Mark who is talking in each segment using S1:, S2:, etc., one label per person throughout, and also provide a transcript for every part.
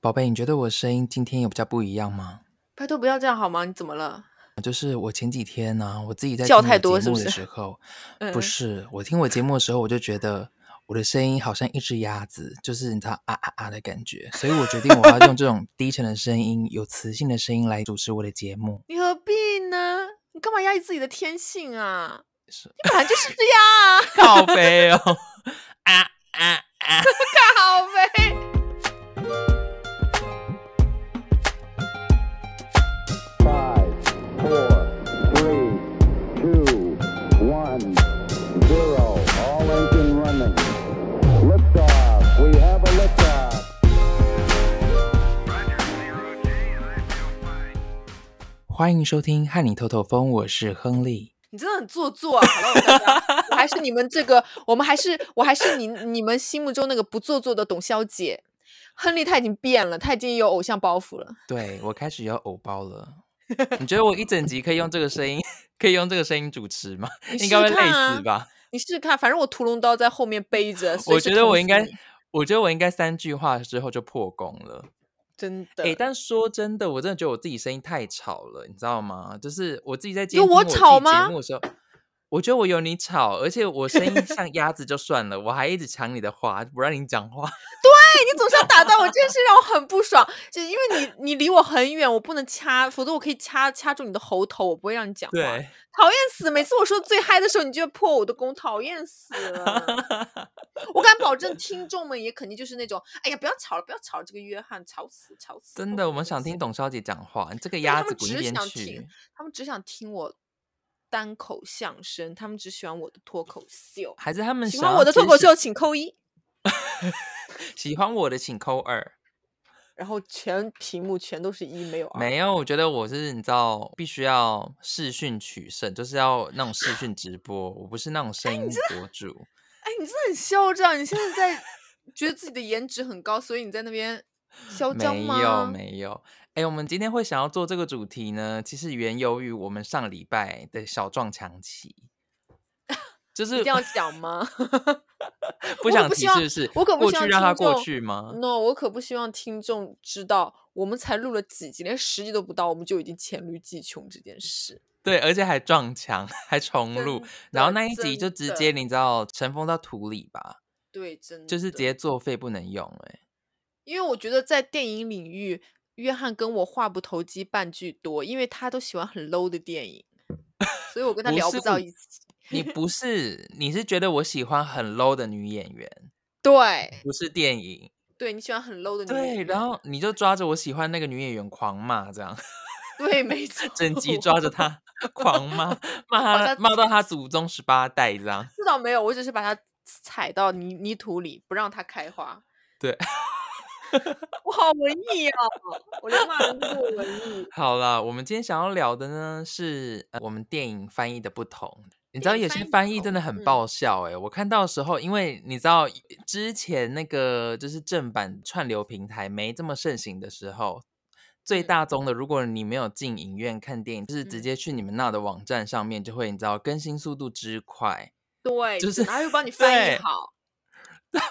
S1: 宝贝，你觉得我声音今天有比较不一样吗？
S2: 拜托不要这样好吗？你怎么了？
S1: 就是我前几天呢、我自己在
S2: 叫
S1: 听
S2: 太
S1: 我
S2: 多
S1: 节
S2: 是不
S1: 目的
S2: 是？
S1: 时 候，不
S2: 嗯，
S1: 是我听我节目的时候，我就觉得我的声音好像一只鸭子，就是你知道啊啊啊的感觉，所以我决定我要用这种低沉的声音、有磁性的声音来主持我的节 目。
S2: 你何必呢？你干嘛压抑自己的天性啊？
S1: 是
S2: 你本来就是这样啊，
S1: 靠背哦，啊啊啊！
S2: 靠呗。
S3: Five, four, three, two, one, zero. All engine running. Liftoff. We have a liftoff.
S1: 欢迎收听《和你透透风》，我是亨利。
S2: 你真的很做作啊！Hello，大家，我还是你们这个，我们还是我还是你你们心目中那个不做作的董小姐。亨利他已经变了，他已经有偶像包袱了。
S1: 对我开始有偶包了。你觉得我一整集可以用这个声音， 可以用这个声音主持吗？
S2: 你试
S1: 应该
S2: 试
S1: 会
S2: 看
S1: 累死
S2: 啊，
S1: 吧？
S2: 你试试看，反正我屠龙刀在后面 背着，随
S1: 我
S2: 时
S1: 觉得我
S2: 捅
S1: 应
S2: 死
S1: 该
S2: 你。，
S1: 我觉得我应该三句话之后就破功了。
S2: 真
S1: 诶，
S2: 的，
S1: 但说真的，我真的觉得我自己声音太吵了，你知道吗？就是我自己在今
S2: 有
S1: 天
S2: 我
S1: 听我自
S2: 吵
S1: 己节
S2: 吗？
S1: 目的时候，我觉得我有你吵，而且我声音像鸭子就算了，我还一直抢你的话，不让你讲 话。
S2: 你总是要打断我，这件事让我很不爽。就因为你你离我很远，我不能掐，否则我可以掐掐住你的喉头，我不会让你讲话。
S1: 对，
S2: 讨厌死！每次我说最嗨的时候，你就要破我的功，讨厌死 了。我敢保证，听众们也肯定就是那种，哎呀，不要吵了，不要吵了，这个约翰吵死，吵死，
S1: 真
S2: 讨
S1: 的，我
S2: 厌
S1: 们想
S2: 死。
S1: 听董小姐讲话，你这个
S2: 对
S1: 鸭
S2: 他
S1: 子
S2: 们
S1: 滚一
S2: 只
S1: 边
S2: 想听，
S1: 去。
S2: 他们只想听我单口相声，他们只喜欢我的脱口秀。
S1: 还是他们
S2: 喜
S1: 想
S2: 欢
S1: 要
S2: 我的脱
S1: 知
S2: 口
S1: 识
S2: 秀，请扣一。
S1: 喜欢我的请扣二。
S2: 然后全屏幕全都是一，没有二。
S1: 没有，我觉得我是你知道，必须要视讯取胜，就是要那种视讯直播，我不是那种声音博主。
S2: 哎，你真的很嚣张！你现在在觉得自己的颜值很高，所以你在那边嚣张
S1: 没有
S2: 吗？
S1: 没有，哎，我们今天会想要做这个主题呢，其实缘由于我们上礼拜的小撞墙期， 就
S2: 一
S1: 是
S2: 定要讲 吗？
S1: 不
S2: 我可
S1: 想
S2: 不希
S1: 提是不是？
S2: 望，我可不
S1: 过
S2: 希
S1: 去
S2: 望
S1: 让它
S2: 听
S1: 过
S2: 众嗯
S1: 去吗？
S2: ，no，我可不希望听众知道，我们才录了几集，连十集都不到，我们就已经黔驴技穷这件事。
S1: 对，而且还撞墙， 还重录，
S2: 真
S1: 然后
S2: 的，
S1: 那一集就
S2: 真
S1: 直接
S2: 的，
S1: 你知道尘封到土里吧，
S2: 对，
S1: 就
S2: 真
S1: 是直
S2: 的。
S1: 接作废不能用、哎。
S2: 因为我觉得在电影领域，约翰跟我话不投机半句多，因为他都喜欢很 low 的电影，所以我跟他
S1: 不
S2: 聊
S1: 是
S2: 不到一起。
S1: 你不是，你是觉得我喜欢很 low 的女演员，
S2: 对，
S1: 不是电影。
S2: 对你喜欢很 low 的女演
S1: 对，然
S2: 员，
S1: 后你就抓着我喜欢那个女演员狂骂，这样
S2: 对，没错，
S1: 整集抓着她狂骂，骂
S2: 把
S1: 她
S2: 它
S1: 骂到她祖宗十八代这样。
S2: 这倒没有，我只是把它踩到泥泥土里，不让它开花。
S1: 对，
S2: 我好文艺哦，我连骂人都这么文艺。
S1: 好啦，我们今天想要聊的呢是、呃我们电影翻译的不同。你知
S2: 电
S1: 道
S2: 影
S1: 有
S2: 翻
S1: 些
S2: 译不
S1: 翻译真
S2: 同，
S1: 的很
S2: 嗯，
S1: 爆笑诶、我看到的时候，因为你知道之前那个就是正版串流平台没这么盛行的时候，最
S2: 嗯
S1: 大宗的，如果你没有进影院看电影，就是直
S2: 嗯，
S1: 接去你们那的网站上面，就会你知道更新速度之快，
S2: 对，
S1: 就
S2: 真
S1: 是
S2: 的，还会帮你翻译
S1: 对
S2: 好，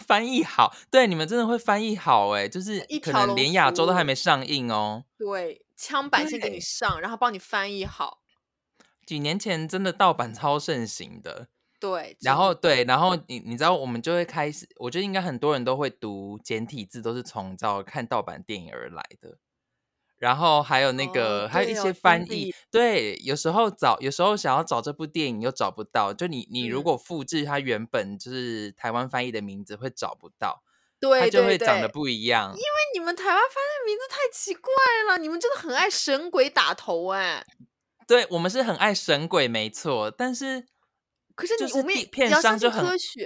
S1: 翻译好，对你们真的会翻译好诶，就是
S2: 一
S1: 可
S2: 条
S1: 能
S2: 龙
S1: 连
S2: 服
S1: 亚洲都还
S2: 务。
S1: 没上映哦。
S2: 对，枪版先给你
S1: 对，
S2: 上，然后帮你翻译好。
S1: 几年前真的盗版超盛行的，
S2: 对，
S1: 然
S2: 真
S1: 后
S2: 的，
S1: 对，然后你你知道我们就会开始，我觉得应该很多人都会读简体字，都是从照看盗版电影而来的。然后还有那
S2: 哦，
S1: 个，还有一
S2: 对
S1: 些
S2: 哦，
S1: 翻
S2: 真的
S1: 译，
S2: 耶，
S1: 对，有时候找，有时候想要找这部电影又找不到，就你你如
S2: 嗯，
S1: 果复制它原本就是台湾翻译的名字会找不到，它
S2: 对
S1: 就
S2: 对
S1: 会长得
S2: 对，
S1: 不一
S2: 因
S1: 样。
S2: 为你们台湾翻译名字太奇怪了，你们真的很爱神鬼打头哎。
S1: 对我们是很爱神鬼没错，但是
S2: 可是
S1: 就
S2: 你我
S1: 是
S2: 们也
S1: 地
S2: 也
S1: 片
S2: 要相
S1: 商
S2: 信
S1: 就很
S2: 科学，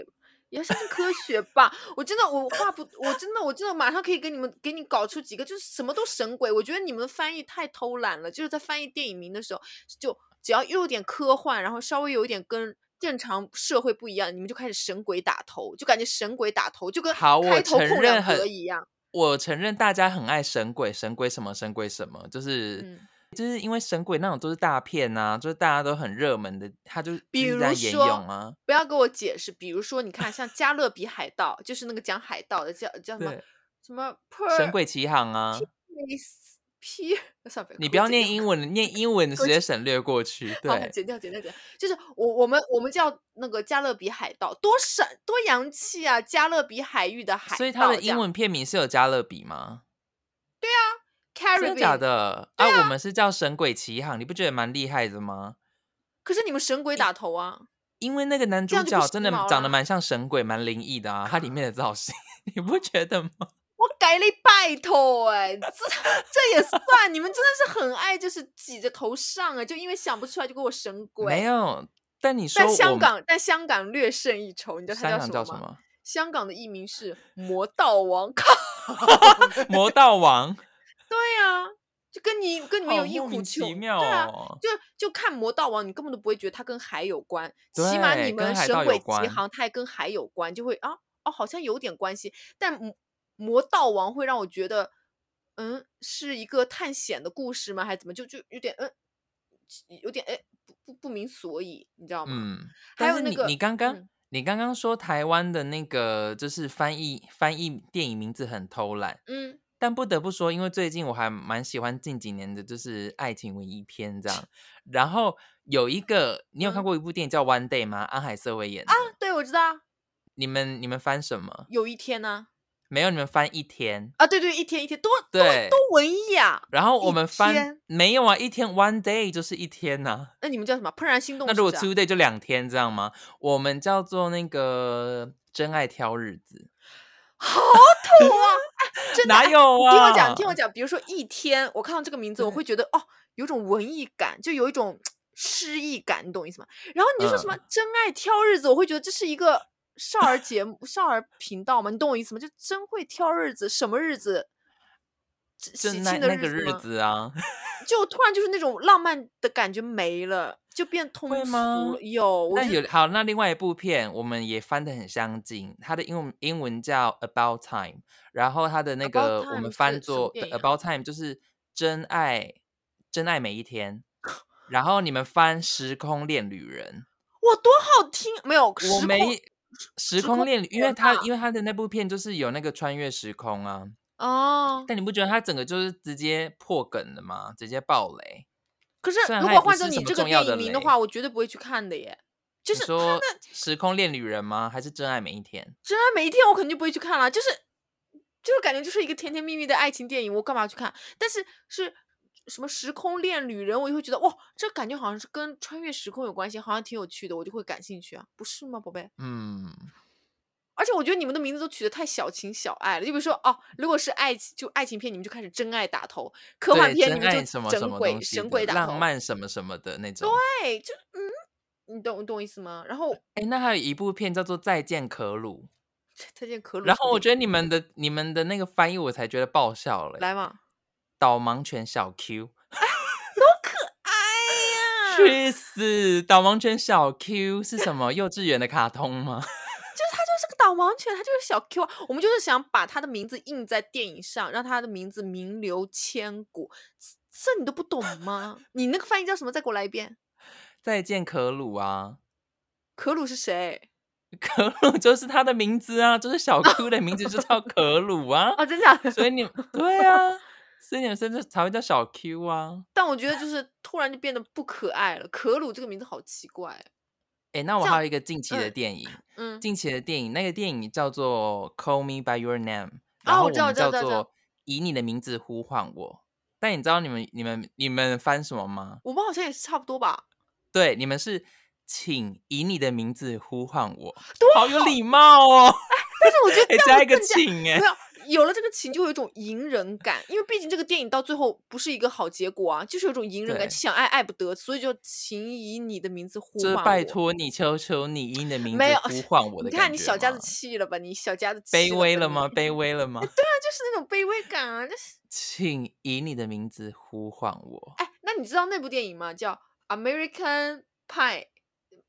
S2: 也要相信科学吧。我真的我话不，我真的我真的马上可以给你们给你搞出几个，就是什么都神鬼。我觉得你们翻译太偷懒了，就是在翻译电影名的时候，就只要又有点科幻，然后稍微有一点跟正常社会不一样，你们就开始神鬼打头，就感觉神鬼打头就跟
S1: 好。我
S2: 开头
S1: 承
S2: 空两
S1: 认
S2: 格
S1: 很，
S2: 一样。
S1: 我承认大家很爱神鬼，神鬼什么神鬼什么，就是
S2: 嗯，
S1: 就是因为神鬼那种都是大片啊，就是大家都很热门的，他就
S2: 比
S1: 就是在
S2: 如
S1: 沿用
S2: 说。
S1: 啊，
S2: 不要给我解释，比如说，你看像《加勒比海盗》，就是那个讲海盗的，叫叫什么
S1: 对。
S2: 什么 p e
S1: 神鬼奇航啊，
S2: p
S1: 你不要念
S2: 英。
S1: 英文，念英文的直接省略过去。
S2: 好，
S1: 对，
S2: 哦剪掉，剪掉，剪掉。就是我我们我们叫那个加勒比海盗，多闪多洋气啊！加勒比海域的海盗这
S1: 所以
S2: 样，
S1: 它的英文片名是有加勒比吗？真的
S2: Caribbean
S1: 假的？啊，我们是叫神鬼奇航，你不觉得蛮厉害的吗？
S2: 可是你们神鬼打头啊！
S1: 因为那个男主
S2: 这样就不
S1: 角
S2: 时
S1: 真的
S2: 髦
S1: 长得
S2: 啦
S1: 蛮像神鬼，蛮灵异的啊，他里面的造型， 你不觉得吗？
S2: 我改了，拜托哎、这 这也算，你们真的是很爱，就是挤着头上啊、就因为想不出来就给我神鬼。
S1: 没，有，但你说
S2: 但
S1: 我
S2: 香
S1: 们
S2: 港但香港略胜一筹，你知道它
S1: 香港叫
S2: 什
S1: 什
S2: 么吗？
S1: 么？
S2: 香港的译名是魔道王， 靠，
S1: 魔道王，
S2: 对啊，就跟你 跟你们
S1: 好
S2: 有异
S1: 哦莫
S2: 曲
S1: 名其
S2: 同
S1: 妙
S2: 对啊，
S1: 哦。
S2: 就就看《魔道王》，你根本都不会觉得它跟海有关，起码
S1: 对
S2: 你
S1: 跟
S2: 们
S1: 海
S2: 神
S1: 盗有
S2: 鬼
S1: 关
S2: 奇航，它也跟海有关，就会啊哦，好像有点关系。但魔《魔道王》会让我觉得，嗯，是一个探险的故事吗？还是怎么？就就有点嗯，有点哎不不不明所以，你知道吗？
S1: 嗯，
S2: 还
S1: 但
S2: 有
S1: 是
S2: 那
S1: 你
S2: 个
S1: 你刚刚
S2: 嗯
S1: 你刚刚说台湾的那个就是翻译翻译电影名字很偷懒，
S2: 嗯
S1: 但不得不说，因为最近我还蛮喜欢近几年的，就是爱情文艺片这样。然后有一个，你有看
S2: 嗯
S1: 过一部电影叫《One Day》吗？安海瑟薇演的。
S2: 啊，对，我知道啊，
S1: 你们你们翻什么？
S2: 有一天呢
S1: 没有，你们翻一天。
S2: 啊，对对，一天一天，多多
S1: 对
S2: 多文艺啊。
S1: 然后我
S2: 一
S1: 们翻
S2: 天
S1: 没有啊，一天 one day 就是一天呐、
S2: 那你们叫什么？怦然心动
S1: 那
S2: 是
S1: 如
S2: 不
S1: 果
S2: 是啊？
S1: two day 就两天，这样吗？我们叫做那个真爱挑日子，
S2: 好土啊！哎真的
S1: 哪
S2: 哎
S1: 有啊？
S2: 你听我讲，你听我讲，比如说一天，我看到这个名字，我
S1: 对
S2: 会觉得哦，有种文艺感，就有一种诗意感，你懂我意思吗？然后你就说什
S1: 嗯
S2: 么“真爱挑日子”，我会觉得这是一个少儿节目、少儿频道嘛，你懂我意思吗？就真会挑日子，什么日子？这
S1: 就
S2: 喜
S1: 那
S2: 庆的
S1: 那个
S2: 日
S1: 日
S2: 吗，
S1: 子啊，
S2: 就突然就是那种浪漫的感觉没了，就变通
S1: 会
S2: 俗
S1: 吗
S2: 了。有，我
S1: 那
S2: 就
S1: 有好，那另外一部片我们也翻的很相近，它的英文英文叫 About Time，然后它的那
S2: About
S1: 个我
S2: Time
S1: 们
S2: 是
S1: 翻
S2: 什么
S1: 作
S2: 电
S1: 对
S2: 影啊
S1: About Time 就是真爱真爱每一天，然后你们翻时空恋旅人。
S2: 哇，多好听！没有，
S1: 我
S2: 时空
S1: 没时
S2: 时
S1: 空
S2: 空
S1: 恋旅，因
S2: 人
S1: 为他
S2: 嘛
S1: 因为他的那部片就是有那个穿越时空啊，
S2: 哦。
S1: 但你不觉得他整个就是直接破梗了吗？直接爆雷？
S2: 可是
S1: 虽然
S2: 如
S1: 它
S2: 果
S1: 也不
S2: 换
S1: 是
S2: 成
S1: 什
S2: 你
S1: 么
S2: 这个
S1: 重要
S2: 电
S1: 的
S2: 影名的
S1: 雷
S2: 话，我绝对不会去看的耶。就
S1: 你
S2: 是他
S1: 说
S2: 那
S1: 时空恋旅人吗？还是真爱每一天？
S2: 真爱每一天，我肯定不会去看了。就是就是感觉就是一个甜甜蜜蜜的爱情电影，我干嘛去看？但是是什么时空恋旅人，我就会觉得哇，这感觉好像是跟穿越时空有关系，好像挺有趣的，我就会感兴趣啊，不是吗，宝贝？
S1: 嗯，
S2: 而且我觉得你们的名字都取得太小情小爱了，就比如说哦，如果是爱情就爱情片，你们就开始真爱打头；科幻
S1: 对，
S2: 片你
S1: 真
S2: 们就
S1: 爱什么什
S2: 整
S1: 么
S2: 鬼
S1: 东西
S2: 神
S1: 的
S2: 鬼打头，
S1: 浪漫什么什么的那种。
S2: 对，就嗯，你懂你懂我意思吗？然后
S1: 哎，那还有一部片叫做《再见可鲁
S2: 再见可》，鲁。
S1: 然后我觉
S2: 得
S1: 得你们的你们的那个翻译我才觉得爆笑嘞，
S2: 来嘛，
S1: 导盲犬小 Q。
S2: 哎呀，
S1: 去死！导盲犬小 Q 是什么？幼稚园的卡通吗？
S2: 就是他就是个导盲犬，他就是小 Q 啊。我们就是想把他的名字印在电影上，让他的名字名留千古。这这你都不懂吗？ 你那个翻译叫什么？再给我来一遍。
S1: 再见可鲁啊！
S2: 可鲁是谁？
S1: 可鲁就是他的名字啊，就是小 Q 的名字就叫可鲁啊，
S2: 啊，真假 的？
S1: 所以你对啊，所以你们甚至才会叫小 Q 啊。
S2: 但我觉得就是突然就变得不可爱了。可鲁这个名字好奇怪。
S1: 哎，那我
S2: 这样
S1: 还有一个近期的
S2: 嗯
S1: 电影，
S2: 嗯，
S1: 近期的电影那个电影叫做《Call Me by Your Name》，然
S2: 啊
S1: 后
S2: 我
S1: 我
S2: 知道
S1: 们
S2: 我知道
S1: 叫
S2: 我知道我知道
S1: 做以你的名字呼唤我。但你知道你们你们你们翻什么吗？
S2: 我们好像也是差不 多吧。
S1: 对，你们是请以你的名字呼唤我，
S2: 多
S1: 好有礼貌哦。
S2: 但是我觉得
S1: 哎，
S2: 这
S1: 加
S2: 样会
S1: 一个
S2: 更加
S1: 请哎
S2: 没，有有了这个情，就有一种隐忍感，因为毕竟这个电影到最后不是一个好结果啊，就是有一种隐忍感，
S1: 对
S2: 想爱爱不得，所以就请以你的名字呼
S1: 就是
S2: 唤我。
S1: 拜托你，求求你，以你的名字
S2: 没有
S1: 呼唤我的感
S2: 你
S1: 觉吗。
S2: 看你小家子气了吧？你小家子气
S1: 卑微
S2: 吧
S1: 了吗？
S2: 你
S1: 卑微了 吗？
S2: 对啊，就是那种卑微感啊。就是
S1: 请以你的名字呼唤我，
S2: 哎，那你知道那部电影吗？叫《American Pie》，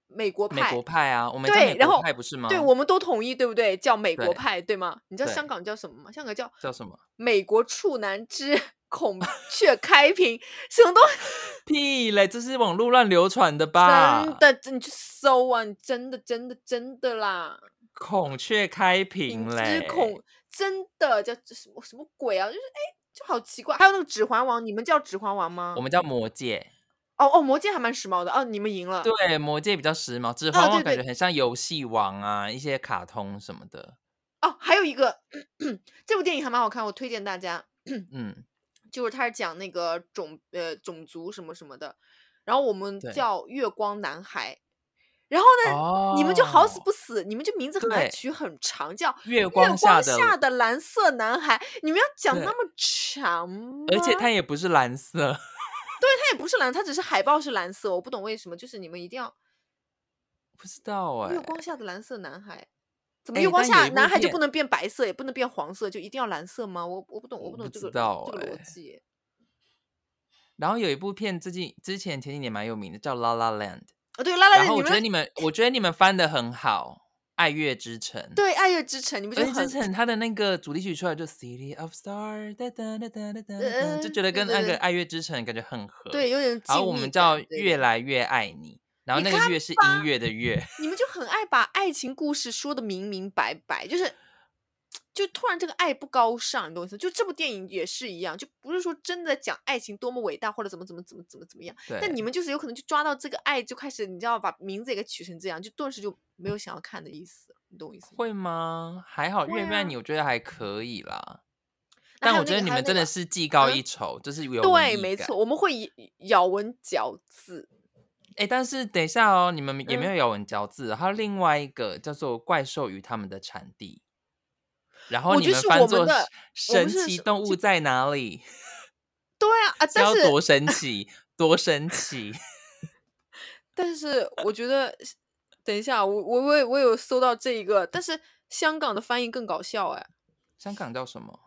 S2: 美国
S1: 美
S2: 派。
S1: 国派啊，我们叫
S2: 对
S1: 美，
S2: 然
S1: 国
S2: 后
S1: 派不是吗？
S2: 对，我们都统一，对不对？叫美国
S1: 对
S2: 派，对吗？你知道
S1: 对
S2: 香港叫什么吗？香港叫
S1: 叫什么？
S2: 美国处男之 孔雀开屏，什么东西？
S1: 屁嘞，这是网络乱流传的吧？
S2: 真的，真你去搜啊！你真的，真的，真的啦！
S1: 孔雀开屏
S2: 品
S1: 嘞
S2: 之，孔真的叫这什么什么鬼啊？就是哎，就好奇怪。还有那个《指环王》，你们叫《指环王》吗
S1: 我？们叫魔戒，
S2: 哦哦，魔戒还蛮时髦的哦，你们赢了。
S1: 对，魔戒比较时髦，指环王
S2: 哦对
S1: 感
S2: 对
S1: 觉很像游戏王啊，一些卡通什么的。
S2: 哦，还有一个 这部电影还蛮好看，我推荐大家。
S1: 嗯，
S2: 就是他是讲那个种呃种族什么什么的，然后我们
S1: 对
S2: 叫月光男孩，然后呢，你们就好死
S1: 哦
S2: 不死，你们就名字很难
S1: 对
S2: 取很长，叫
S1: 月
S2: 月光
S1: 光下的，
S2: 的蓝色男孩，你们要讲
S1: 对
S2: 那么长吗？
S1: 而且它也不是蓝色，
S2: 它也不是蓝，它只是海报是蓝色，我不懂为什么，就是你们一定要
S1: 不知道哎、
S2: 月光下的蓝色男孩。怎么
S1: 哎
S2: 月光
S1: 但有
S2: 下
S1: 一部
S2: 男孩就
S1: 片
S2: 不能变白色，也不能变黄色，就一定要蓝色吗？我我不懂，我
S1: 我
S2: 不
S1: 不
S2: 懂这
S1: 知
S2: 个
S1: 道
S2: 这个
S1: 哎
S2: 逻辑。
S1: 然后有一部片最近之前前几年蛮有名的，叫《La La Land》，
S2: 哦，对，拉拉
S1: 然
S2: 队，
S1: 后
S2: 你
S1: 我觉得
S2: 们
S1: 你们，我觉得你们翻的很好，《爱乐之城》。
S2: 对《爱乐之城》，你不觉
S1: 而
S2: 得
S1: 且之
S2: 很
S1: 前他的那个主题曲出来就 City of Stars，哒哒哒哒哒哒哒，就
S2: 嗯
S1: 觉得
S2: 对
S1: 跟
S2: 对
S1: 那
S2: 对
S1: 个爱乐之城感觉很合。
S2: 对，，有点静
S1: 然后
S2: 谧。
S1: 我们叫
S2: 对
S1: 越，来越爱你，然后
S2: 你
S1: 那个
S2: 看
S1: 乐是音乐的乐，
S2: 对你们就很爱把爱情故事说的明明白白，就是就突然这个爱不高尚，你懂我意思吗？就这部电影也是一样，就不是说真的讲爱情多么伟大或者怎么怎么怎么怎么怎么样，
S1: 对，
S2: 但你们就是有可能就抓到这个爱，就开始你知道把名字也给取成这样，就顿时就没有想要看的意思，你懂我意思吗？
S1: 会吗？还好，
S2: 会
S1: 越来越爱
S2: 啊
S1: 你，我觉得还可以啦。
S2: 那还
S1: 但
S2: 有
S1: 我觉
S2: 那
S1: 得
S2: 个
S1: 你
S2: 还有
S1: 们
S2: 那
S1: 真的
S2: 个
S1: 是技高
S2: 嗯
S1: 一筹，就是有
S2: 对，
S1: 文艺
S2: 没
S1: 感
S2: 错，。我们会咬咬文嚼字。
S1: 哎，但是等一下哦，你们也没
S2: 嗯
S1: 有咬文嚼字，还有另外一个叫做《怪兽与他们的产地》，然后
S2: 我
S1: 你
S2: 觉得
S1: 们
S2: 是
S1: 翻
S2: 我们
S1: 作
S2: 的
S1: 《
S2: 我们
S1: 神
S2: 是
S1: 奇
S2: 什
S1: 动物在哪里》。
S2: 对啊，啊，
S1: 是
S2: 但
S1: 要
S2: 是
S1: 多 神奇，多神奇！
S2: 但是我觉得是，等一下，我我我也我有搜到这一个，但是香港的翻译更搞笑哎，
S1: 香港叫什么？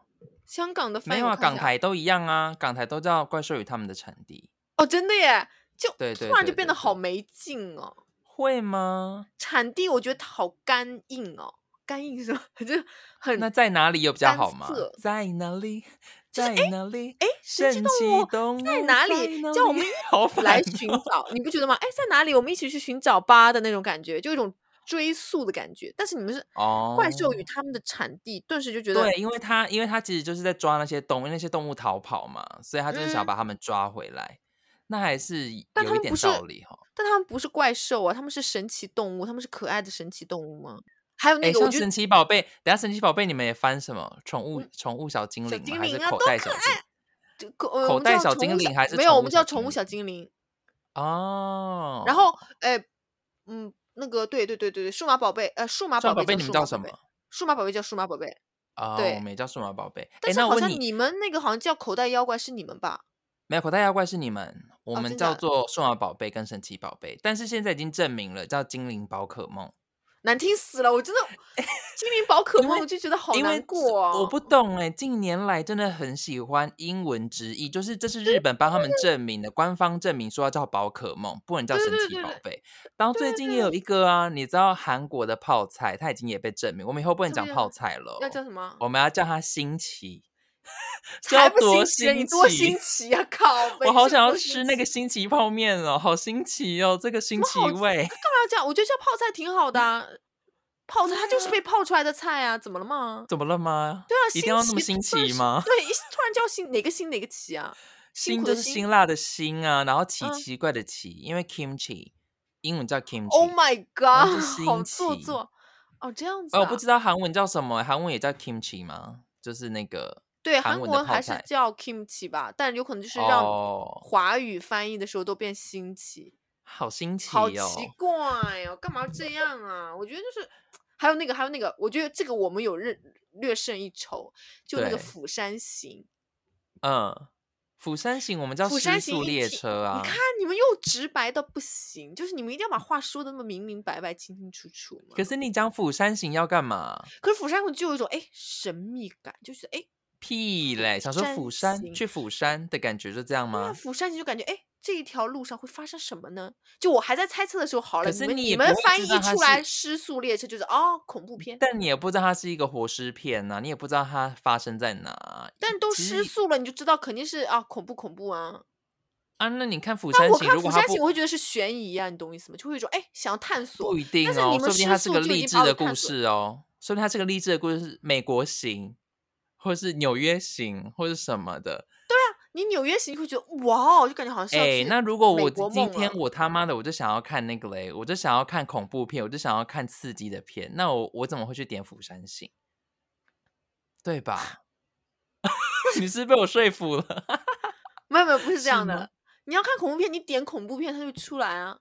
S2: 香港的翻
S1: 没
S2: 译
S1: 有
S2: 我
S1: 啊，
S2: 看
S1: 港
S2: 一下
S1: 台都一样啊，港台都叫《怪兽与他们的产地
S2: 哦，真的耶，就
S1: 对对
S2: 突然就
S1: 对
S2: 变
S1: 对
S2: 得好
S1: 对
S2: 没劲哦。》，
S1: 会
S2: 嗯
S1: 吗？
S2: 产地我觉得它好干硬哦，干硬是吧？ 就是很
S1: 那在哪里有比较
S2: 单
S1: 好吗
S2: 色？
S1: 在哪里？
S2: 就是
S1: 在哪里？
S2: 哎，神奇
S1: 神
S2: 动物
S1: 奇动物
S2: 在哪里？叫我们
S1: 好
S2: 一起
S1: 烦
S2: 来
S1: 哦
S2: 寻找，你不觉得吗？哎，在哪里？我们一起去寻找吧的那种感觉，就有一种追溯的感觉。但是你们是
S1: 哦，
S2: 怪兽与他们的产地，顿时就觉得
S1: 对，因为他因为他其实就是在抓那些动物，因为那些动物逃跑嘛，所以他就是想要
S2: 嗯
S1: 把他们抓回来。那还是
S2: 但
S1: 有
S2: 他
S1: 一
S2: 们
S1: 点
S2: 不是
S1: 道理哈。
S2: 但他们不是怪兽啊，他们是神奇动物，他们是可爱的神奇动物吗？还有那
S1: 哎，
S2: 个，我
S1: 像
S2: 觉得嗯
S1: 神奇宝贝，等下神奇宝贝你们也翻什么？宠物宠物小精
S2: 小
S1: 灵吗？
S2: 精
S1: 还是
S2: 灵啊
S1: 口
S2: 多
S1: 袋
S2: 可
S1: 小精灵？
S2: 这个呃
S1: 口
S2: 我们
S1: 袋
S2: 叫
S1: 小
S2: 宠
S1: 精
S2: 物
S1: 灵还是
S2: 没有，
S1: 宠
S2: 我
S1: 物
S2: 们
S1: 小
S2: 叫
S1: 精
S2: 宠物
S1: 灵
S2: 小精灵。
S1: 哦。
S2: 然后，哎，嗯，那个，对对对对对，数码宝贝，呃，数码
S1: 数码
S2: 宝
S1: 宝贝
S2: 贝
S1: 你们
S2: 数
S1: 叫
S2: 码
S1: 什
S2: 宝
S1: 么
S2: 贝？？数码宝贝叫数码宝贝，
S1: 哦，
S2: 对
S1: 我们也叫数码宝贝。哎
S2: 但，是
S1: 那我
S2: 好
S1: 问
S2: 像
S1: 你，
S2: 你们那个好像叫口袋妖怪是你们吧？
S1: 没有口袋妖怪是你们，我
S2: 哦
S1: 们
S2: 真
S1: 叫
S2: 假的
S1: 做数码宝贝跟神奇宝贝，但是现在已经证明了叫精灵宝可梦。
S2: 难听死了，我 真的精灵宝可
S1: 因
S2: 梦，
S1: 为
S2: 我就觉得好
S1: 因为
S2: 难过
S1: 这
S2: 哦。
S1: 我不懂哎，近年来真的很喜欢英文直译，就是这是日本帮他们证明的，官方证明说要叫宝可梦，不能叫
S2: 对
S1: 神
S2: 对
S1: 奇
S2: 对
S1: 宝
S2: 对
S1: 贝。然后最近也有一个啊，你知道韩国的泡菜，它已经也被证明，我们以后不能
S2: 怎
S1: 讲
S2: 么样
S1: 泡菜了，哦
S2: 要叫什么？
S1: 我们要叫它新奇。就要
S2: 才不
S1: 多
S2: 新奇啊，你
S1: 新
S2: 多
S1: 奇
S2: 新奇呀！靠北，
S1: 我好
S2: 这
S1: 想要
S2: 多新
S1: 吃那
S2: 奇
S1: 个新奇泡面哦，好新奇哦，这个新
S2: 么
S1: 奇
S2: 好吃
S1: 味。
S2: 干嘛要这样？我觉得叫泡菜挺好的、啊，泡菜它就是 被泡出来的菜啊，怎么了嘛？
S1: 怎么了吗？
S2: 对啊，
S1: 一定要那么新
S2: 新奇突然
S1: 奇
S2: 是
S1: 吗？
S2: 对，一突然叫新哪个新哪个奇啊？辛
S1: 辛
S2: 苦
S1: 就
S2: 的
S1: 是
S2: 辛
S1: 辛辣的辛啊，然后奇
S2: 嗯
S1: 奇怪的奇，因为 kimchi 英文叫 kimchi。
S2: ！Oh my
S1: 然后
S2: god，
S1: 是
S2: 好
S1: 新
S2: 做
S1: 奇
S2: 作哦，这样子
S1: 呃，
S2: 啊？
S1: 我不知道韩文叫什么，欸韩文也叫 kimchi 吗？就是那个
S2: 对，
S1: 韩
S2: 韩
S1: 文的
S2: 国
S1: 泡
S2: 还是
S1: 菜。
S2: 叫 kimchi 吧，但有可能就是让
S1: 哦，
S2: 华语翻译的时候都变新奇，
S1: 好新奇
S2: 好
S1: 哦！
S2: 奇怪哦，干嘛要这样啊？我觉得就是。还有那个，还有那个，我觉得这个我们有略略胜一筹，就那个《
S1: 对
S2: 釜山行》，
S1: 嗯，釜山行我们叫
S2: 釜
S1: 失
S2: 山行
S1: 速
S2: 一
S1: 列
S2: 体
S1: 车啊
S2: 你。看你们又直白到不行，就是你们一定要把话说的那么明明白白、清清楚楚嘛。
S1: 可是你讲釜山行要干嘛？
S2: 可是釜山行就有一种哎神秘感，就是哎，
S1: 屁
S2: 釜
S1: 嘞！想说
S2: 山
S1: 釜山
S2: 行
S1: 去釜山的感觉就这样
S2: 对啊，
S1: 吗？
S2: 釜山行就感觉哎这一条路上会发生什么呢？就我还在猜测的时候，好
S1: 可
S2: 了，你
S1: 是
S2: 们
S1: 你
S2: 你
S1: 也
S2: 们
S1: 不会
S2: 翻
S1: 知
S2: 译
S1: 道它
S2: 出
S1: 是嗯
S2: 来《失速列车》就是哦恐怖片，
S1: 但你也不知道它是一个活尸片呐、你也不知道它发生在哪。
S2: 但都
S1: 其
S2: 失
S1: 实
S2: 速了，你就知道肯定是啊恐怖恐怖啊。
S1: 啊，那你看釜
S2: 但
S1: 山
S2: 我
S1: 行，
S2: 看
S1: 如
S2: 釜
S1: 果它
S2: 山
S1: 不
S2: 行，我会觉得是悬疑啊，你懂我意思吗？就会有一种哎想要探索
S1: 不，一定
S2: 但是
S1: 哦，
S2: 你们
S1: 说不定
S2: 失
S1: 它是
S2: 速
S1: 个
S2: 就已
S1: 励
S2: 经
S1: 志
S2: 把我
S1: 的
S2: 探
S1: 故
S2: 索
S1: 事哦，说不定它是个励志的故事，是美国行，或是纽约行，或是什么的。
S2: 你纽约行你会觉得哇哦，就感觉好像是要
S1: 哎，
S2: 去
S1: 那如果
S2: 美
S1: 我
S2: 国
S1: 今
S2: 梦
S1: 天
S2: 了
S1: 我他妈的我就想要看那个嘞，我就想要看恐怖片，我就想要看刺激的片，那我我怎么会去点釜山行？对吧？ 你是被我说服了？
S2: 没有没有不是这
S1: 是
S2: 样
S1: 吗
S2: 的。你要看恐怖片，你点恐怖片它就出来啊。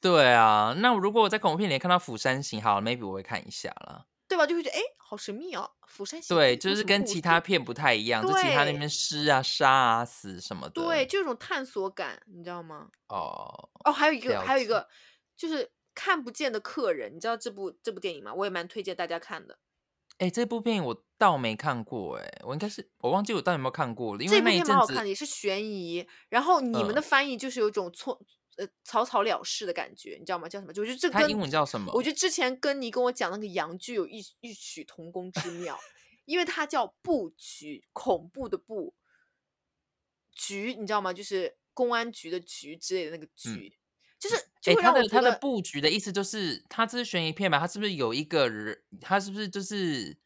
S1: 对啊，那如果我在恐怖片里面看到釜山行，好，maybe 我会看一下啦。
S2: 对吧？就会觉得哎，诶好神秘哦，釜山行
S1: 对，
S2: 有
S1: 就是
S2: 什么
S1: 跟
S2: 故
S1: 其
S2: 事
S1: 他片不太一样，就其他那
S2: 对
S1: 边尸啊、杀啊、死什么的。
S2: 对，就有一种探索感，你知道吗？
S1: 哦，
S2: 哦，还有一个，
S1: 了
S2: 还有一
S1: 解
S2: 个就是看不见的客人，你知道这部这部电影吗？我也蛮推荐大家看的。
S1: 哎，这部片我倒没看过，哎，我应该是我忘记我到底有没有看过了，因
S2: 这
S1: 为
S2: 部
S1: 那一
S2: 片蛮
S1: 阵
S2: 好看的，
S1: 子
S2: 也是悬疑。然后你们的
S1: 嗯
S2: 翻译就是有一种错呃草草了事的感觉，你知道吗？叫什么？就我觉得这
S1: 它英
S2: 跟
S1: 文叫什么？
S2: 我觉得之前跟你跟我讲那个洋剧有异异曲同工之妙，因为它叫布局，恐怖的布局，你知道吗？就是公安局的局之类的那个局，就是就
S1: 哎，
S2: 会
S1: 嗯它
S2: 让我
S1: 的
S2: 觉
S1: 它的
S2: 得
S1: 布局的意思就是，它这是悬疑片吧？它是不是有一个人？它是不是就是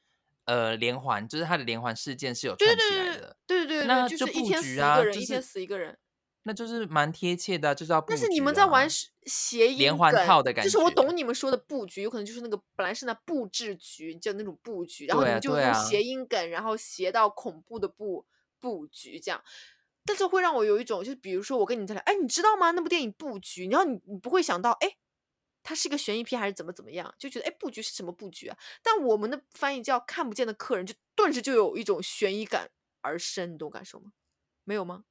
S1: 呃连环？就是它的连环事件是有
S2: 对
S1: 串起
S2: 对
S1: 来
S2: 对
S1: 的，
S2: 对对对
S1: 那
S2: 对，
S1: 就
S2: 就是一
S1: 布
S2: 天
S1: 局
S2: 死一
S1: 啊
S2: 个人，
S1: 就
S2: 一天
S1: 是
S2: 死一个人。
S1: 那就是蛮贴切的啊，就是要布
S2: 但
S1: 局啊。
S2: 是你们在玩是谐音
S1: 连环
S2: 梗
S1: 套的感
S2: 就是我
S1: 觉
S2: 懂你们说的布局，有可能就是那个本来是那布置局，就那种布局，然后你
S1: 对啊
S2: 们就
S1: 对
S2: 用
S1: 啊
S2: 谐音梗，然后谐到恐怖的布布局这样。但是会让我有一种，就是比如说我跟你在聊，哎，你知道吗？那部电影布局，然后你你不会想到，哎，它是一个悬疑片还是怎么怎么样，就觉得哎，布局是什么布局啊？但我们的翻译叫看不见的客人，就顿时就有一种悬疑感而生，你懂我感受吗？没有吗？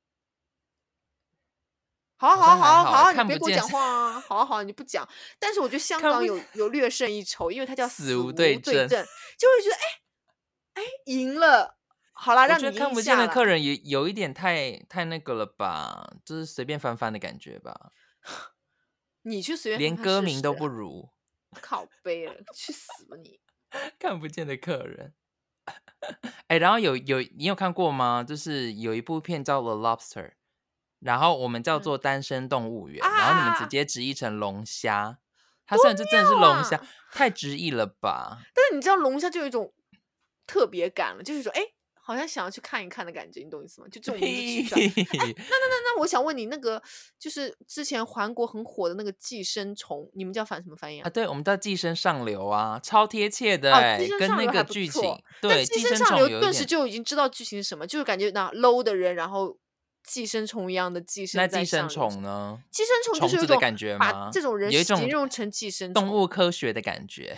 S2: 好啊
S1: 好像
S2: 好啊好
S1: 还好
S2: 啊好
S1: 欸
S2: 啊，你
S1: 看
S2: 别
S1: 不
S2: 跟我
S1: 见
S2: 讲
S1: 是
S2: 话啊！好啊好啊，你不讲。但是我觉得香
S1: 看
S2: 港
S1: 不
S2: 有有略胜一筹，因为它叫
S1: 死
S2: 死
S1: 无
S2: 无
S1: 对
S2: 对
S1: 证
S2: 证，就会觉得哎哎赢了，好啦，
S1: 我
S2: 啊让
S1: 觉
S2: 你
S1: 得看
S2: 赢
S1: 不
S2: 一
S1: 见
S2: 下
S1: 的客
S2: 啦。
S1: 人也有一点太太那个了吧，就是随便翻翻的感觉吧，
S2: 你去随便
S1: 连
S2: 看看
S1: 歌
S2: 试
S1: 名都
S2: 试
S1: 不如。
S2: 靠背了，去死吧你！
S1: 看不见的客人。哎、然后有有你有看过吗？就是有一部片叫《The Lobster》，然后我们叫
S2: 嗯
S1: 做《单身动物园》
S2: 啊
S1: 然后你
S2: 啊
S1: 们
S2: 啊
S1: 直
S2: 啊
S1: 接直译成龙虾。它
S2: 多
S1: 虽然就真的是龙虾
S2: 啊，
S1: 太直译了吧？
S2: 但是你知道龙虾就有一种特别感了，就是说哎，好像想要去看一看的感觉，你懂我意思吗？就这种名字取出来，
S1: 屁
S2: 那那那那，我想问你，那个就是之前韩国很火的那个寄生虫，你们叫反什么翻译
S1: 啊，
S2: 啊？
S1: 对，我们叫寄生上流啊，超贴切的、
S2: 哦
S1: 哎，
S2: 寄生
S1: 跟
S2: 上
S1: 那
S2: 流
S1: 个
S2: 还不
S1: 剧
S2: 错
S1: 情，
S2: 但
S1: 对，
S2: 寄
S1: 寄
S2: 生
S1: 生
S2: 上
S1: 虫
S2: 流
S1: 有一
S2: 顿时
S1: 点。
S2: 就已经知道剧情是什么，就是感觉那 low 的人，然后寄生虫一样的寄生
S1: 那
S2: 在
S1: 寄生
S2: 上流
S1: 虫呢？
S2: 寄生虫就
S1: 虫
S2: 是有
S1: 子
S2: 一
S1: 的
S2: 种
S1: 感觉
S2: 把
S1: 吗？
S2: 这种人
S1: 有一种
S2: 形容成寄生
S1: 动
S2: 虫
S1: 物科学的感觉。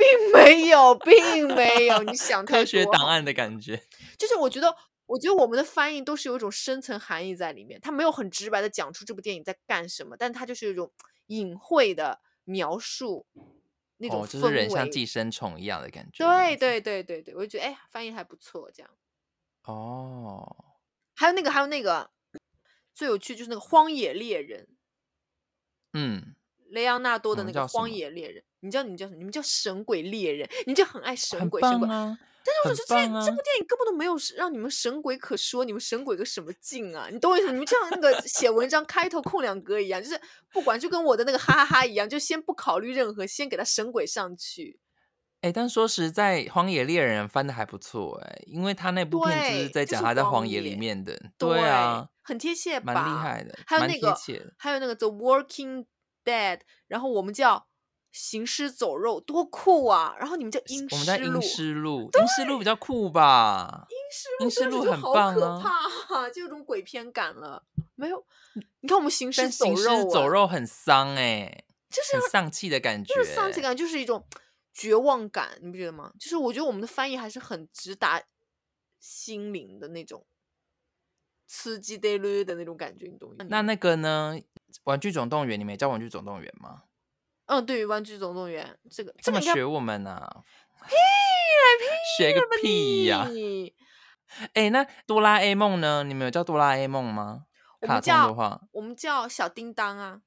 S2: 并 没有，并没有，你想太
S1: 科学
S2: 多哦
S1: 档
S2: 好
S1: 案的感觉。
S2: 就是我觉得，我觉得我们的翻译都是有一种深层含义在里面，它没有很直白的讲出这部电影在干什么，但它就是有一种隐晦的描述那种
S1: 哦，就是人
S2: 氛
S1: 像
S2: 围。
S1: 寄生虫一样的感觉。那
S2: 对
S1: 样子
S2: 对对对对，我就觉得哎，翻译还不错。这样，
S1: 哦，
S2: 还有那个，还有那个最有趣就是那个《荒野猎人》，
S1: 嗯，
S2: 雷昂纳多的
S1: 嗯
S2: 那个
S1: 叫
S2: 《
S1: 什
S2: 荒
S1: 么
S2: 野猎人》。你知道你们叫什么？你们叫神鬼猎人，你们就很爱神
S1: 很
S2: 鬼神
S1: 棒
S2: 鬼。
S1: 啊，
S2: 但是我
S1: 很
S2: 想说这
S1: 棒啊
S2: 这部电影根本都没有是让你们神鬼可说，你们神鬼个什么劲啊？你懂我意思吗？你们就像那个写文章开头空两格一样，就是不管就跟我的那个哈哈哈一样，就先不考虑任何，先给他神鬼上去。
S1: 哎，但说实在，《荒野猎人》翻的还不错哎，因为他那部片就是
S2: 对
S1: 在
S2: 就
S1: 讲
S2: 是
S1: 他在
S2: 荒
S1: 荒野里
S2: 野
S1: 面的，
S2: 对
S1: 对啊，
S2: 很贴切吧？
S1: 蛮厉害的
S2: 还有
S1: 蛮
S2: 那
S1: 贴
S2: 个
S1: 切的，
S2: 还有那个 The Walking Dead，然后我们叫行尸走肉，多酷啊！然后你们叫阴
S1: 我们叫
S2: 尸路，
S1: 阴尸 路，阴尸路比较酷吧？
S2: 阴
S1: 阴尸
S2: 尸路
S1: 路
S2: 真的
S1: 很
S2: 是好
S1: 棒
S2: 可
S1: 啊
S2: 怕、啊，就有种鬼片感了。没有，你看我们行
S1: 嗯
S2: 尸
S1: 但
S2: 走
S1: 行
S2: 肉、
S1: 尸
S2: 啊，
S1: 走肉很丧哎，
S2: 就是
S1: 很丧气的感觉，
S2: 就是丧气感，就是一种绝望感，你不觉得吗？就是我觉得我们的翻译还是很直达心灵的那种，刺激得略的那种感觉，你懂我意思吗？
S1: 那那个呢，《玩具总动员》你们也叫《玩具总动员》吗？
S2: 嗯，对于《玩具总动员》这个，这
S1: 干嘛
S2: 个应该
S1: 学我们啊？
S2: 啊
S1: 学个屁呀、
S2: 你
S1: 哎、那哆啦 A 梦呢？你们有叫哆啦 A 梦吗？
S2: 我
S1: 卡
S2: 们
S1: 通的
S2: 叫
S1: 话，
S2: 我们叫小叮当啊，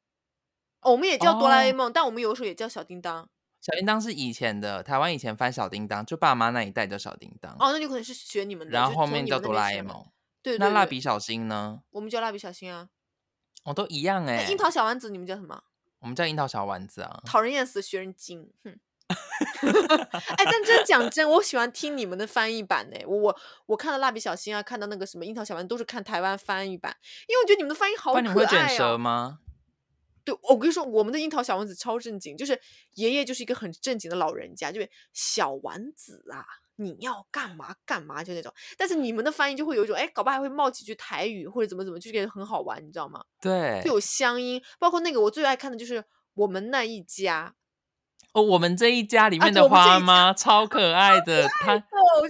S2: 哦我们也叫哆啦 A
S1: 哦
S2: 梦，但我们有的时候也叫小叮当。
S1: 小叮当是以前的台湾以前翻小叮当，就爸妈那一代叫小叮当，
S2: 哦，那有可能是学你们的，
S1: 然
S2: 就
S1: 后
S2: 是
S1: 后
S2: 从
S1: 面
S2: 你
S1: 叫
S2: 们那
S1: 哆
S2: 边
S1: 啦
S2: 学
S1: A
S2: 来的
S1: 梦。
S2: 对
S1: 那
S2: 对
S1: 蜡
S2: 对，
S1: 笔小新呢？
S2: 我们叫蜡笔小新啊。
S1: 我、哦、都一样哎、
S2: 那樱桃小丸子你们叫什么？
S1: 我们叫樱桃小丸子啊。
S2: 讨人厌死的学人精，哼。哎，但真讲真，我喜欢听你们的翻译版的。我我我看到蜡笔小新啊，看到那个什么樱桃小丸，都是看台湾翻译版，因为我觉得你们的翻译好
S1: 不
S2: 可
S1: 然你们会卷
S2: 爱
S1: 舌
S2: 哦。
S1: 吗？
S2: 对，我跟你说，我们的樱桃小丸子超正经，就是爷爷就是一个很正经的老人家，就是小丸子啊，你要干嘛干嘛就那种。但是你们的翻译就会有一种，哎，搞不好还会冒几句台语或者怎么怎么，就觉得很好玩，你知道吗？
S1: 对
S2: 就，有乡音，包括那个我最爱看的就是《我们那一家
S1: 哦，我们这一家里
S2: 啊
S1: 面
S2: 对
S1: 的
S2: 我们这一
S1: 花
S2: 家
S1: 妈超可爱的，它》，
S2: 哦，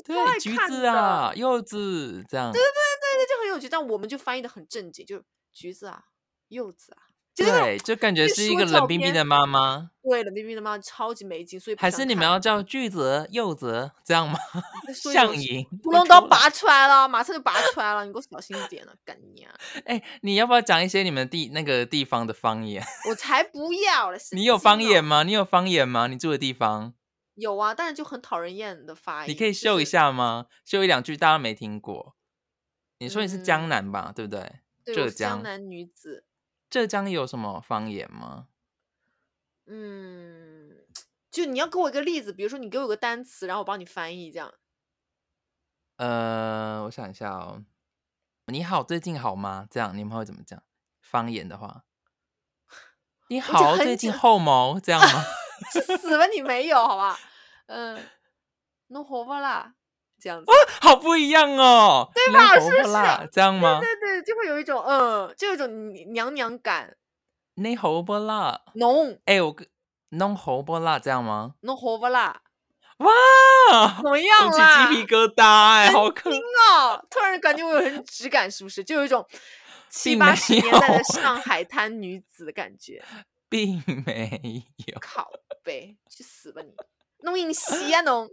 S2: 超爱
S1: 对橘
S2: 看
S1: 子
S2: 的
S1: 啊、柚子这样，
S2: 对对，就很有趣。但我们就翻译的很正经，就是橘子啊、柚子啊，就是那种
S1: 对，就感觉
S2: 就是
S1: 一
S2: 说
S1: 个
S2: 照
S1: 冷冰冰
S2: 片
S1: 的妈妈，
S2: 为了那边的妈超级没劲，所以不
S1: 还
S2: 想
S1: 是你们
S2: 看
S1: 要叫橘子、柚子这样吗？
S2: 就说一种
S1: 上瘾，
S2: 屠龙刀拔出来了，马上就拔出来了，你给我小心一点了，干你啊！
S1: 哎、你要不要讲一些你们地那个地方的方言？
S2: 我才不要了！神
S1: 你有
S2: 经
S1: 方
S2: 哦
S1: 言？吗？你有方言吗？你住的地方，
S2: 有啊，但是就很讨人厌的发音。
S1: 你可以
S2: 哎就
S1: 秀一
S2: 是。
S1: 下吗？秀一两句，大家没听过。你说你是江
S2: 嗯
S1: 南吧，对不对？
S2: 对，
S1: 浙
S2: 我是江
S1: 江
S2: 南女子，
S1: 浙江有什么方言吗？
S2: 嗯，就你要给我一个例子，比如说你给我个单词，然后我帮你翻译，这样。
S1: 呃，我想一下哦。你好，最近好吗？这样你们会怎么讲？方言的话， 你
S2: 就
S1: 好，
S2: 很
S1: 最近
S2: 久
S1: 后毛这样吗？
S2: 去死吧你没有，好吧？嗯，弄活吧啦，这样子。
S1: 好不一样哦，对
S2: 吧是不是
S1: 啦，这样吗？
S2: 对对，就会有一种嗯，就有一种娘娘娘感，
S1: 你好不啦？
S2: 浓
S1: 哎、我跟弄猴波辣这样吗？
S2: 弄活吧啦，
S1: 哇，
S2: 怎么样
S1: 我起
S2: 啦？
S1: 鸡皮疙瘩 哎、好可
S2: 听哦，突然感觉我有很质感，是不是？就有 一种七
S1: 并
S2: 八
S1: 没
S2: 十年代的
S1: 有
S2: 上海滩女子的感觉。
S1: 并没 有，
S2: 靠呗，去死吧你！弄硬席啊弄，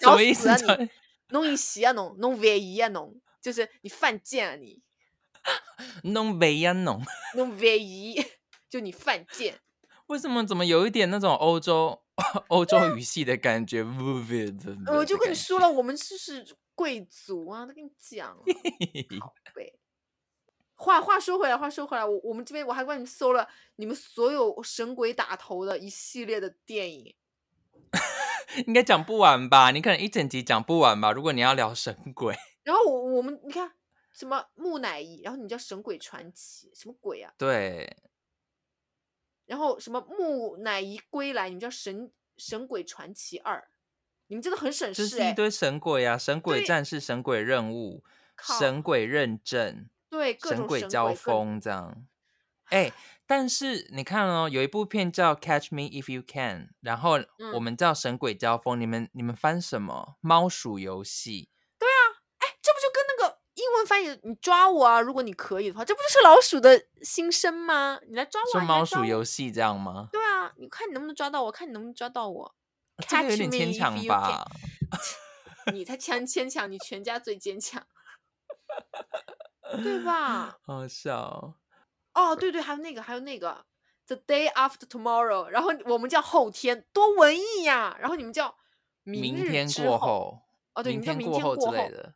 S1: 什么意思
S2: 搞？死啊
S1: 这
S2: 弄硬席啊弄，弄唯一啊弄，就是你犯贱啊你，
S1: 弄维安弄，
S2: 弄唯一，就你犯贱。
S1: 为什么怎么有一点那种欧洲 欧洲语系的感觉？不不不不，
S2: 呃我就跟你
S1: 说，
S2: 说了，我们就是贵族啊，都跟你讲了。对，话话说回来，话说回来，我我们这边我还帮你们搜了你们所有神鬼打头的一系列的电影，
S1: 应该讲不完吧？你可能一整集讲不完吧？如果你要聊神鬼，
S2: 然后我我们你看什么木乃伊，然后你叫神鬼传奇，什么鬼啊？
S1: 对，
S2: 然后什么木乃伊归来，你们叫神神鬼传奇二，你们真的很省
S1: 就
S2: 事
S1: 是一
S2: 哎、
S1: 堆神鬼啊，神鬼
S2: 对
S1: 战士、神鬼任务、
S2: 靠
S1: 神鬼认证、
S2: 对，各
S1: 神
S2: 种
S1: 鬼
S2: 神
S1: 交
S2: 鬼各种
S1: 锋这样。哎、但是你看哦，有一部片叫《Catch Me If You Can》，然后我
S2: 嗯
S1: 们叫神鬼交锋，你们你们翻什么？猫鼠游戏？
S2: 哎，这不就跟那个英文翻译“你抓我啊”，如果你可以的话，这不就是老鼠的心声吗？你来抓我、
S1: 说
S2: 啊，你来
S1: 猫
S2: 抓
S1: 鼠
S2: 我
S1: 游戏这样吗？
S2: 对啊，你看你能不能抓到我，看你能不能抓到我。
S1: 呃这个有点
S2: Catch
S1: 牵
S2: me if
S1: 强
S2: you can
S1: 吧？
S2: 你才强牵强，你全家最坚强，对吧？
S1: 好笑哦、
S2: 哦，对对，还有那个，还有那个，The day after tomorrow，然后我们叫后天，多文艺呀、然后你们叫
S1: 明
S2: 日
S1: 天
S2: 之
S1: 过
S2: 后，
S1: 后，
S2: 哦，对，你
S1: 明
S2: 们叫
S1: 天
S2: 明
S1: 过
S2: 天
S1: 后
S2: 过
S1: 之
S2: 后，
S1: 类的。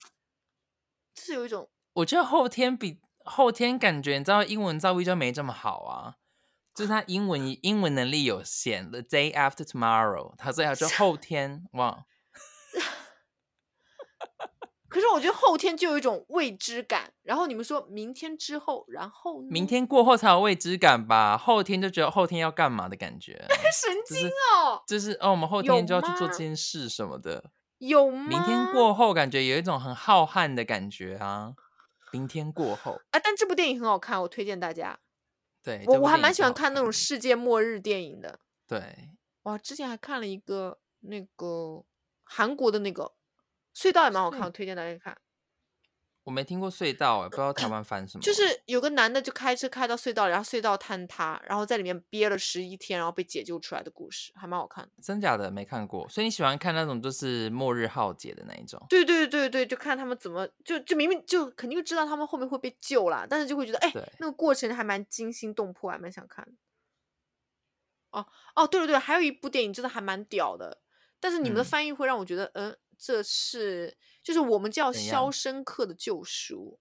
S2: 就是有一种
S1: 我觉得后天比后天感觉，你知道英文造诣就没这么好啊，就是他英文英文能力有限。The day after tomorrow，他所以他说后天哇，
S2: 可是我觉得后天就有一种未知感，然后你们说明天之后，然后呢
S1: 明天过后才有未知感吧，后天就觉得后天要干嘛的感觉，
S2: 神
S1: 就
S2: 经
S1: 是
S2: 哦，
S1: 就是哦，我们后
S2: 有
S1: 天就要去做
S2: 吗
S1: 这件事什么的。
S2: 有吗？
S1: 明天过后，感觉有一种很浩瀚的感觉啊。明天过后，
S2: 啊，但这部电影很好看，我推荐大家。
S1: 对，
S2: 我
S1: 这部
S2: 我还
S1: 电
S2: 蛮
S1: 影
S2: 喜
S1: 很
S2: 欢
S1: 好
S2: 看那种世界末日电影的。
S1: 对，
S2: 哇，之前还看了一个那个韩国的那个隧道也蛮好看，
S1: 隧
S2: 我推荐大家看。
S1: 我没听过隧道、欸，不知道台湾翻什么，
S2: 就是有个男的就开车开到隧道里，然后隧道坍塌，然后在里面憋了十一天，然后被解救出来的故事，还蛮好看的。
S1: 真假的没看过，所以你喜欢看那种就是末日浩劫的那一种。
S2: 对对对对，就看他们怎么就就明明就肯定就知道他们后面会被救啦，但是就会觉得哎
S1: 对，
S2: 那个过程还蛮惊心动魄，还蛮想看的。哦哦，对对对，还有一部电影真的还蛮屌的，但是你们
S1: 嗯
S2: 的翻译会让我觉得，嗯，这是就是我们叫《
S1: 怎
S2: 肖
S1: 样
S2: 申克的救赎》，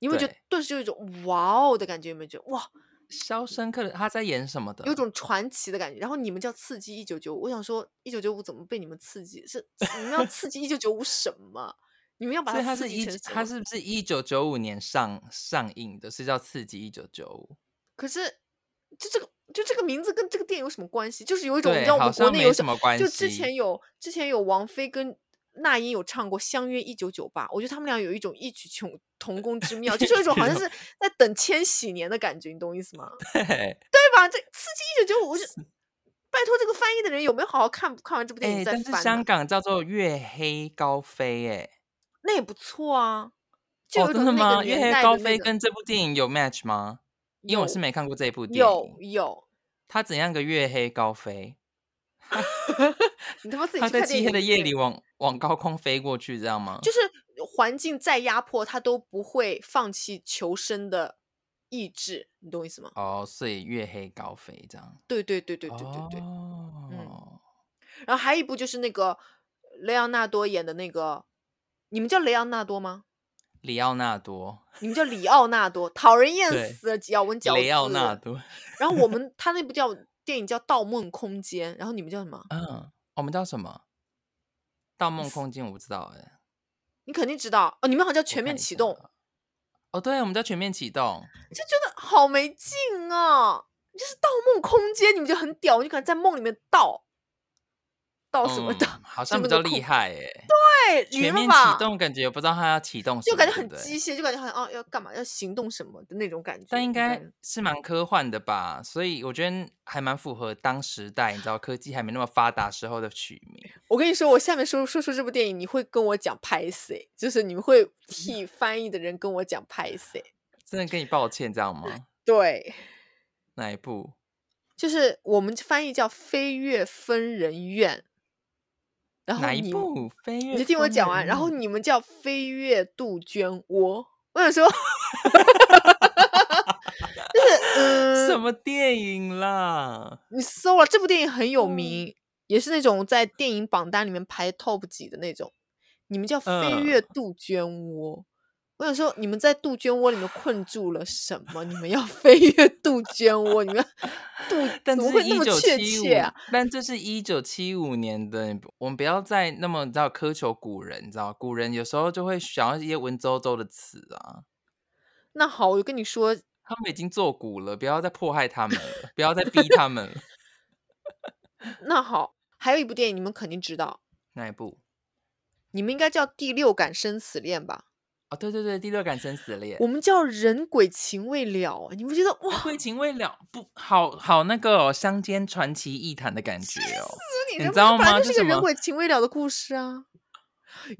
S2: 你有没有觉得
S1: 对
S2: 顿时有一种哇哦的感觉？有没有觉得哇，
S1: 肖申克的他在演什么的？
S2: 有种传奇的感觉。然后你们叫刺激一九九五，我想说一九九五怎么被你们刺激？是你们要刺激一九九五什么？你们要把
S1: 所以
S2: 它
S1: 他
S2: 刺
S1: 是
S2: 激
S1: 一
S2: 成，什
S1: 他
S2: 么？
S1: 是不是一九九五年上上映的？是叫《刺激一九九五
S2: 可是就这个就这个名字跟这个电影有什么关系？就是有》？一种你
S1: 对
S2: 知道，我
S1: 好
S2: 们国
S1: 像
S2: 内有
S1: 没
S2: 什
S1: 什
S2: 么？
S1: 么关系。
S2: 就之前有之前有王菲跟那英有唱过《相约一九九八》，我觉得他们俩有一种异曲同同工之妙，就是有一种好像 是在等千禧年的感觉，你懂我意思吗？
S1: 对，
S2: 对吧？这刺激一九九五是。拜托，这个翻译的人有没有好好看看完这部电
S1: 哎、
S2: 影再
S1: 但
S2: 翻、
S1: 是香港叫做《月黑高飞、欸》
S2: 那也不错啊，就
S1: 哎，
S2: 有
S1: 哦，
S2: 一
S1: 真
S2: 种
S1: 的
S2: 那
S1: 吗？
S2: 个
S1: 《月
S2: 年
S1: 黑
S2: 代
S1: 高
S2: 的
S1: 飞
S2: 那》个
S1: 跟这部电影有 match 吗？因为我是
S2: 有
S1: 没看过这部电影，
S2: 有有，
S1: 他怎样个月黑高飞？
S2: 你他妈自己
S1: 他在
S2: 去看电
S1: 漆
S2: 影
S1: 黑的
S2: 去
S1: 夜
S2: 看
S1: 里往往高空飞过去，知道吗？
S2: 就是环境再压迫，他都不会放弃求生的意志，你懂我意思吗？
S1: 哦，所以月黑高飞这样。
S2: 对对对对对对嗯对。
S1: 哦，
S2: 然后还有一部就是那个雷昂纳多演的那个，你们叫雷昂纳多吗？
S1: 里奥纳多，
S2: 你们叫里奥纳多，讨人厌
S1: 对
S2: 死了，咬文嚼字。
S1: 雷奥纳。多，
S2: 然后我们他那部叫电影叫《盗梦空间》，然后你们叫什么？
S1: 嗯，我们叫什么？盗梦空间我不知道哎、我
S2: 你肯定知道哦，你们好像叫《全
S1: 看
S2: 面
S1: 一
S2: 启
S1: 下
S2: 动》，
S1: 啊。哦，对，我们叫全面启动。
S2: 就觉得好没劲啊！就是《盗梦空间》，你们就很屌，你就敢在梦里面盗，盗哦什么盗？
S1: 嗯好像
S2: 就
S1: 比
S2: 那个
S1: 较厉
S2: 空
S1: 害哎、
S2: 对，你
S1: 全
S2: 们
S1: 面
S2: 吧
S1: 启，动感觉不知道他要启动什
S2: 就
S1: 么，
S2: 感觉
S1: 对
S2: 很
S1: 不对
S2: 机械，就感觉好像哦要干嘛，要行动什么的那种感觉。
S1: 但应
S2: 你
S1: 该
S2: 感觉
S1: 是蛮科幻的吧，所以我觉得还蛮符合当时代，你知道科技还没那么发达时候的取名。
S2: 我跟你说，我下面说说说这部电影，你会跟我讲拍 C，就是你们会替翻译的人跟我讲拍 C。
S1: 真的跟你抱歉，知道吗？
S2: 对，
S1: 哪一部？
S2: 就是我们翻译叫《飞越疯人院》，然后
S1: 哪一
S2: 你
S1: 部？飞跃？
S2: 你就听我讲完，然后。你们叫飞跃杜鹃窝。我 想说，就是嗯，
S1: 什么电影啦？
S2: 你搜了这部电影很有
S1: 嗯
S2: 名，也是那种在电影榜单里面排 top 几的那种。你们叫飞
S1: 嗯
S2: 跃杜鹃窝，我想说你们在杜鹃窝里面困住了什么？你 们要飞跃杜鹃窝，你们要杜
S1: 但
S2: 怎
S1: 这
S2: 么
S1: 是
S2: 会
S1: 一
S2: 那么
S1: 九
S2: 确
S1: 七五
S2: 切啊？，
S1: 但这是一九七五年的，我们不要再那么你知道苛求古人，你知道古人有时候就会想要一些文绉绉的词啊，
S2: 那好，我就跟你说，
S1: 他们已经做古了，不要再迫害他们了，不要再逼他们了。
S2: 那好，还有一部电影你们肯定知道，
S1: 哪一部？
S2: 你们应该叫《第六感生死恋》吧？
S1: 哦，对对对，第六感生死恋
S2: 我。们叫《人鬼情未了》，你不觉得哇？
S1: 为情未了，不好好那个、哦、乡间传奇异谈的感觉哦。
S2: 你
S1: 你
S2: 人
S1: 知道
S2: 本来
S1: 吗
S2: 就
S1: 这
S2: 是个
S1: 什
S2: 人
S1: 么
S2: 鬼情未了的故 事啊。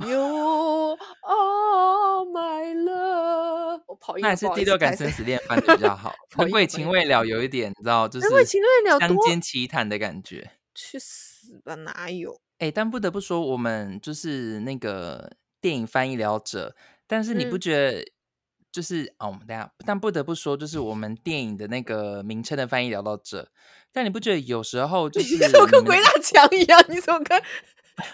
S2: You are my love，我跑音
S1: 那
S2: 了，
S1: 也是
S2: 哦不好
S1: 第
S2: 意思
S1: 六感
S2: 拍
S1: 生
S2: 谁，
S1: 死恋翻的比较好
S2: 不好
S1: 人
S2: 意
S1: 鬼
S2: 思
S1: 情
S2: 不好意
S1: 未了有一点，你知道，就是
S2: 人鬼情未了
S1: 乡
S2: 多
S1: 间奇谈的感觉。
S2: 去死吧，哪有？
S1: 哎，但不得不说，我们就是那个电影翻译聊者，但是你不
S2: 嗯
S1: 觉得就是哦，我们等一下，但不得不说，就是我们电影的那个名称的翻译聊到这，但你不觉得有时候 就是
S2: 你怎么跟
S1: 们
S2: 鬼打墙一样？你怎么跟？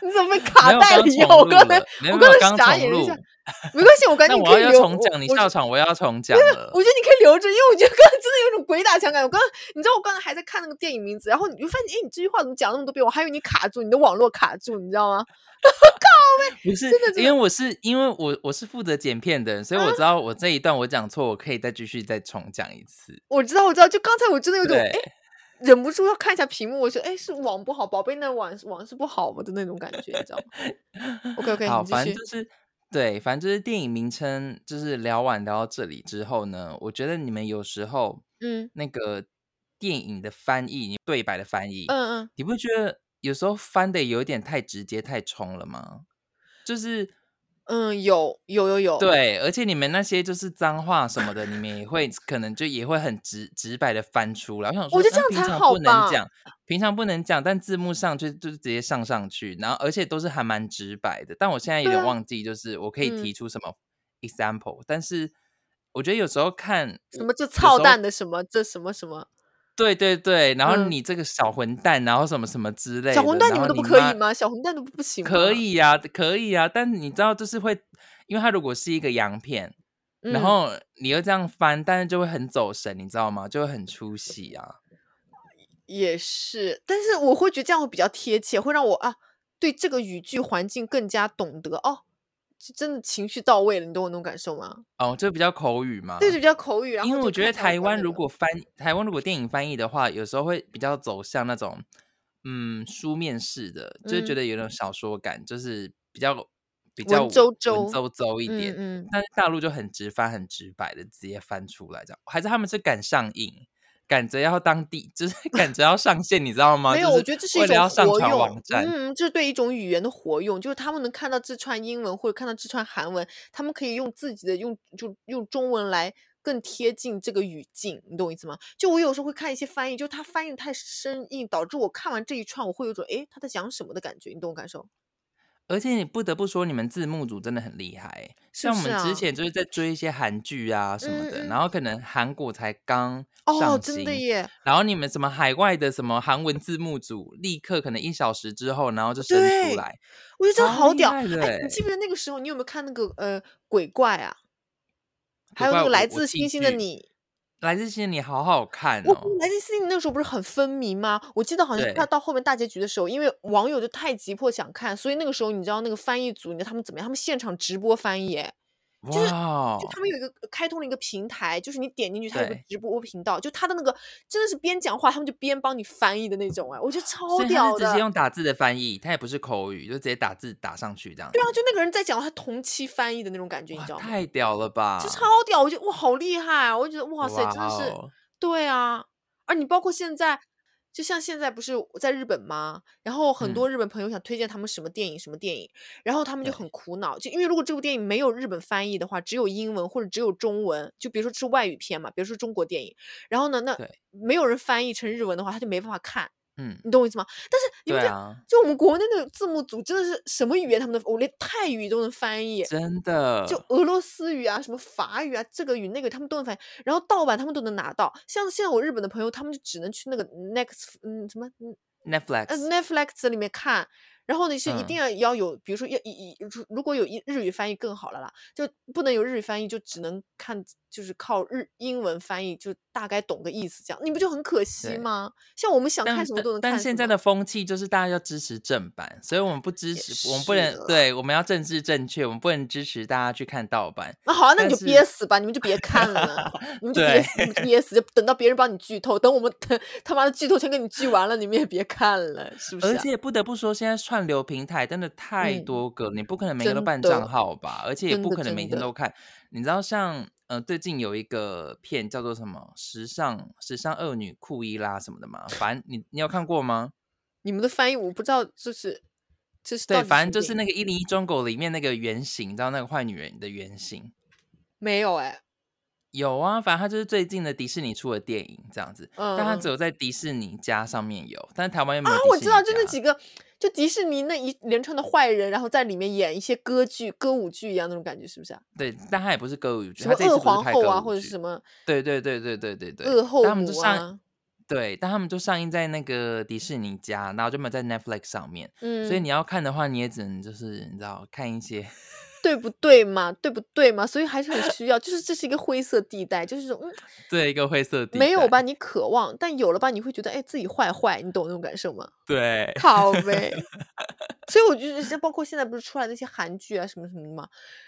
S2: 你怎么被卡
S1: 没有
S2: 带
S1: 刚
S2: 里
S1: 重
S2: 我
S1: 录
S2: 刚才
S1: 了没有没有
S2: 我刚才
S1: 刚
S2: 傻
S1: 重
S2: 眼了一
S1: 录
S2: 下，没关系，我刚
S1: 那
S2: 才你
S1: 我
S2: 可以
S1: 要要
S2: 留
S1: 重讲，你
S2: 我
S1: 笑场，我要重讲了
S2: 我。觉得你可以留着，因为我觉得刚才真的有一种鬼打墙感。我刚，你知道我刚才还在看那个电影名字，然后你就发现，哎，你这句话怎么讲那么多遍？我还以为你卡住，你的网络卡住，你知 道吗？
S1: 不是
S2: 真的，啊
S1: 因
S2: 真
S1: 为我是因为我我是负责剪片的人，所以我知道我这一段我讲错，我可以再继续再重讲一次。
S2: 我知道，我知道，就刚才我真的有种
S1: 对
S2: 哎，忍不住要看一下屏幕，我说哎是网不好，宝贝，那网网是不好吗的那种感觉，你知道吗 ？OK OK，
S1: 好，
S2: 你继
S1: 反正
S2: 续
S1: 就。是对，反正就是电影名称，就是聊完聊到这里之后呢，我觉得你们有时候
S2: 嗯
S1: 那个电影的翻译，你对白的翻译，
S2: 嗯嗯，
S1: 你不觉得有时候翻的有点太直接、太冲了吗？就是
S2: 嗯，有有有有，
S1: 对，而且你们那些就是脏话什么的，你们也会可能就也会很直直白的翻出来。我想说，
S2: 我觉
S1: 嗯
S2: 得这样
S1: 平
S2: 才
S1: 常
S2: 好
S1: 不能
S2: 吧
S1: 讲，平常不能讲，但字幕上就就是直接上上去，然后而且都是还蛮直白的。但我现在有
S2: 对
S1: 点
S2: 啊
S1: 忘记，就是我可以
S2: 嗯
S1: 提出什么 example，、但是我觉得有时候看
S2: 什
S1: 我
S2: 么这
S1: 有时候
S2: 操蛋的什么这什么什么
S1: 对对对，然后
S2: 嗯
S1: 你这个小混蛋，然后什么什么之类的，
S2: 小混蛋，
S1: 然
S2: 你
S1: 后
S2: 们都
S1: 你
S2: 不可
S1: 妈啊
S2: 以吗？小混蛋都不行吗？
S1: 可以呀、可以呀、但你知道，就是会，因为它如果是一个洋片，然
S2: 嗯
S1: 后你又这样翻，但是就会很走神，你知道吗？就会很出戏啊。
S2: 也是，但是我会觉得这样会比较贴切，会让我啊对这个语句环境更加懂得哦，是真的情绪到位了，你懂我那种感受吗？
S1: 哦，就比较口语嘛。
S2: 对，就比较口语，然
S1: 啊
S2: 后
S1: 因为
S2: 就
S1: 我觉
S2: 看
S1: 得
S2: 起来比
S1: 台
S2: 较
S1: 湾
S2: 那
S1: 如
S2: 个
S1: 果翻台湾如果电影翻译的话，有时候会比较走向那种嗯书面式的，就是觉
S2: 嗯
S1: 得有种小说感，就是比较比较
S2: 文绉
S1: 文
S2: 绉
S1: 绉绉一
S2: 嗯
S1: 点。
S2: 嗯，
S1: 但是大陆就很直翻、很直白的直接翻出来，这样还是他们是赶上映，赶着要当地，就是 赶着要上线，你知道吗？
S2: 没
S1: 啊就
S2: 有，我觉得这是一
S1: 为了
S2: 种
S1: 要上
S2: 活
S1: 传
S2: 用
S1: 网，站，
S2: 嗯，这是对一种语言的活用，就是他们能看到这串英文或者看到这串韩文，他们可以用自己的用就用中文来更贴近这个语境，你懂我意思吗？就我有时候会看一些翻译，就他翻译得太生硬，导致我看完这一串，我会有一种诶他在讲什么的感觉，你懂我感受？
S1: 而且你不得不说，你们字幕组真的很厉害。
S2: 是不
S1: 像我
S2: 是
S1: 们之
S2: 啊？
S1: 前就是在追一些韩剧啊什么
S2: 嗯
S1: 的，
S2: 嗯，
S1: 然后可能韩国才刚
S2: 哦，
S1: 上
S2: 真的
S1: 新，
S2: 耶，
S1: 然后你们什么海外的什么韩文字幕组，立刻可能一小时之后，然后就生出
S2: 对，
S1: 来，
S2: 我觉得真的
S1: 超
S2: 好
S1: 厉
S2: 屌。
S1: 害的
S2: 哎，
S1: 欸！
S2: 你记不记得那个时候，你有没有看那个呃鬼怪啊？还
S1: 鬼怪
S2: 有那个
S1: 我
S2: 来
S1: 我
S2: 自
S1: 弃
S2: 星星的
S1: 剧，
S2: 你。
S1: 来自星星你好好看
S2: 我
S1: 哦，
S2: 来自星星那时候不是很昏迷吗？我记得好像快
S1: 对，
S2: 到后面大结局的时候，因为网友就太急迫想看，所以那个时候你知道那个翻译组，你知道他们怎么样？他们现场直播翻译，哎就是
S1: 哇
S2: 就
S1: 哦，
S2: 他们有一个开通了一个平台，就是你点进去，它有个
S1: 对，
S2: 直播频道，就他的那个真的是边讲话，他们就边帮你翻译的那种，哎，我觉得超
S1: 所以他是
S2: 屌
S1: 直接
S2: 的。
S1: 用打字的翻译，他也不是口语，就直接打字打上去这样
S2: 对啊，
S1: 子，
S2: 就那个人在讲，他同期翻译的那种感觉，你
S1: 哇，
S2: 知道吗？
S1: 太屌了
S2: 这超
S1: 吧，
S2: 屌，我觉得哇，好厉害啊！我就觉得哇塞，
S1: 哇
S2: 真的是，
S1: 哦，
S2: 对啊，而你包括现在，就像现在不是我在日本吗？然后很
S1: 嗯，
S2: 多日本朋友想推荐他们什么电影什么电影，然后他们就很
S1: 对，
S2: 苦恼，就因为如果这部电影没有日本翻译的话，只有英文或者只有中文，就比如说是外语片嘛，比如说中国电影，然后呢，那
S1: 对，
S2: 没有人翻译成日文的话，他就没办法看，
S1: 嗯，
S2: 你懂我意思吗？但是你
S1: 对
S2: 不觉得，
S1: 啊。
S2: 就我们国内的字幕组真的是什么语言他们都，我连泰语都能翻译，
S1: 真
S2: 就
S1: 的，
S2: 俄罗斯语啊，什么法语啊，这个语那个他们都能翻译，然后盗版他们都能拿到。像现在我日本的朋友，他们就只能去那个 Next，嗯，什么，嗯，呃
S1: Netflix，
S2: ，Netflix 里面看。然后呢，是一定
S1: 嗯，
S2: 要要有，比如说要一一，如如果有一日语翻译更好了啦，就不能有日语翻译，就只能看就是靠日英文翻译，就大概懂个意思这样，你不就很可惜
S1: 对。
S2: 吗？像我们想看
S1: 但
S2: 什么
S1: 但
S2: 都能
S1: 但
S2: 看什
S1: 现在
S2: 么，
S1: 的风气就是大家要支持正版，所以我们不支
S2: 也
S1: 持，我们不
S2: 是
S1: 能
S2: 啦。
S1: 对，我们要政治正确，我们不能支持大家去看盗版。
S2: 那好啊，那你
S1: 但
S2: 就憋
S1: 是，
S2: 死吧，你们就别看了， 你们就憋
S1: 对
S2: 死，你们就憋 死，就等到别人帮你剧透，等我们他妈的剧透全给你剧完了，你们也别看了，是不
S1: 而
S2: 是啊？
S1: 且不得不说，现在串流平台真的太
S2: 嗯，
S1: 多个，你不可能每个都
S2: 真
S1: 办账
S2: 的，
S1: 号吧，而且也
S2: 真
S1: 不
S2: 的，
S1: 可能每
S2: 真
S1: 天
S2: 的，
S1: 都看。你知道像，呃，最近有一个片叫做什么“时尚时尚恶女库伊拉”什么的嘛，反正你你有看过吗？
S2: 你们的翻译我不知道，就是这是
S1: 对，
S2: 到底
S1: 反
S2: 什
S1: 正就
S2: 么
S1: 是
S2: 电影？
S1: 那个《一零一忠狗》里面那个原型，你知道那个坏女人的原型。
S2: 没有哎，
S1: 有啊，反正它就是最近的迪士尼出的电影这样子，但它
S2: 嗯
S1: 只
S2: 嗯
S1: 有在迪士尼家上面有，但台湾又
S2: 啊，
S1: 没有迪
S2: 我
S1: 士
S2: 知道，
S1: 尼
S2: 就那
S1: 家。
S2: 几个，就迪士尼那一连串的坏人，然后在里面演一些歌剧、歌舞剧一样那种感觉，是不是啊？
S1: 对，但它也不是歌舞剧，
S2: 什
S1: 它
S2: 么
S1: 这一
S2: 恶
S1: 次不是
S2: 皇
S1: 拍
S2: 后
S1: 歌
S2: 啊，
S1: 舞
S2: 或者是
S1: 剧。
S2: 什么
S1: 对对对对对对对，
S2: 恶
S1: 但
S2: 后
S1: 他们就
S2: 母
S1: 上，
S2: 啊，
S1: 对，但他们就上映在那个迪士尼家，然后就没有在 Netflix 上面，所以
S2: 嗯。
S1: 你要看的话，你也只能就是你知道看一些
S2: 对不对嘛？对不对嘛？所以还是很需要，就是这是一个灰色地带，就是说嗯，
S1: 这一个灰色地
S2: 没有
S1: 带。
S2: 吧，你渴望，但有了吧，你会觉得哎，自己坏坏，你懂那种感 受吗？
S1: 对，
S2: 靠呗。所以我就是像包括现在不是出来那些韩剧啊什么什么的嘛，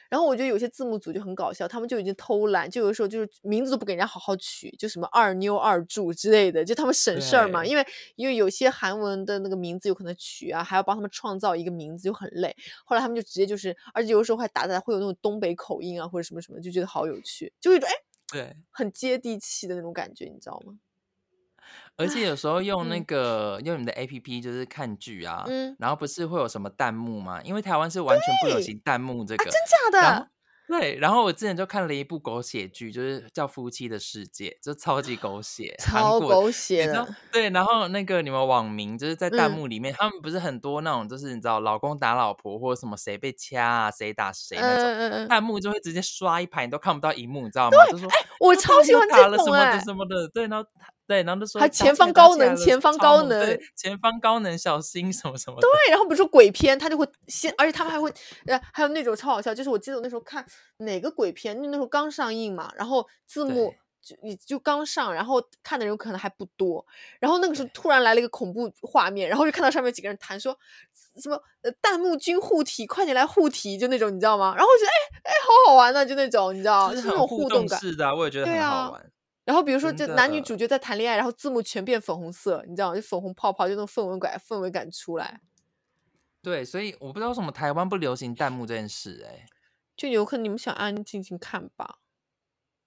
S2: 然后我觉得有些字幕组就很搞笑，他们就已经偷懒，就有的时候就是名字都不给人家好好取，就什么二妞二柱之类的，就他们省事儿嘛，
S1: 对，
S2: 因为因为有些韩文的那个名字有可能取啊，还要帮他们创造一个名字就很累，后来他们就直接就是，而且有的时候还打打会有那种东北口音啊或者什么什么，就觉得好有趣，就有一种哎
S1: 对，
S2: 很接地气的那种感觉，你知道吗？
S1: 而且有时候用那
S2: 嗯
S1: 个用你的 A P P 就是看剧啊，
S2: 嗯，
S1: 然后不是会有什么弹幕吗？因为台湾是完全不流
S2: 对
S1: 行弹幕这
S2: 啊，
S1: 个，
S2: 真假
S1: 然后
S2: 的？
S1: 对，然后我之前就看了一部狗血剧，就是叫《夫妻的世界》，就超级狗血，韩
S2: 超
S1: 国的。
S2: 狗
S1: 你
S2: 血
S1: 知道
S2: 的，
S1: 对，然后那个你们网民就是在弹
S2: 嗯
S1: 幕里面，他们不是很多那种，就是你知道老公打老婆或者什么谁被掐啊，谁打谁那种，
S2: 嗯嗯嗯。
S1: 弹幕就会直接刷一排，你都看不到荧幕，你知道吗？就说
S2: 哎，我
S1: 他
S2: 超
S1: 到底
S2: 喜
S1: 又
S2: 欢
S1: 打
S2: 这
S1: 了
S2: 种
S1: 什么的
S2: 哎，
S1: 什么的，对，然后对，然后就说
S2: 还
S1: 打
S2: 前
S1: 架
S2: 方
S1: 打
S2: 高
S1: 架
S2: 能
S1: 了
S2: 前方
S1: 超
S2: 高
S1: 猛对
S2: 能
S1: 前方高能，小心什么什么的。
S2: 对，然后比如说鬼片，他就会先，而且他们还会，呃，还有那种超好笑，就是我记得我那时候看哪个鬼片，那时候刚上映嘛，然后字幕
S1: 对
S2: 就也就刚上，然后看的人可能还不多，然后那个时候
S1: 对
S2: 突然来了一个恐怖画面，然后就看到上面几个人谈说什么呃弹幕君护体，快点来护体，就那种你知道吗？然后我觉得哎哎好好玩呢、就那种你知道，
S1: 就
S2: 就是那
S1: 哦很
S2: 种
S1: 互
S2: 互
S1: 动
S2: 动感。
S1: 式的啊、我也觉得
S2: 对
S1: 很
S2: 啊
S1: 好玩。
S2: 然后比如说，
S1: 真
S2: 这男女
S1: 的
S2: 主角在谈恋爱，然后字幕全变粉红色，你知道吗？就粉红泡泡，就那种氛围感氛围感出来。
S1: 对，所以我不知道为什么台湾不流行弹幕这件事、哎，
S2: 就有可能你们想安安静静看吧，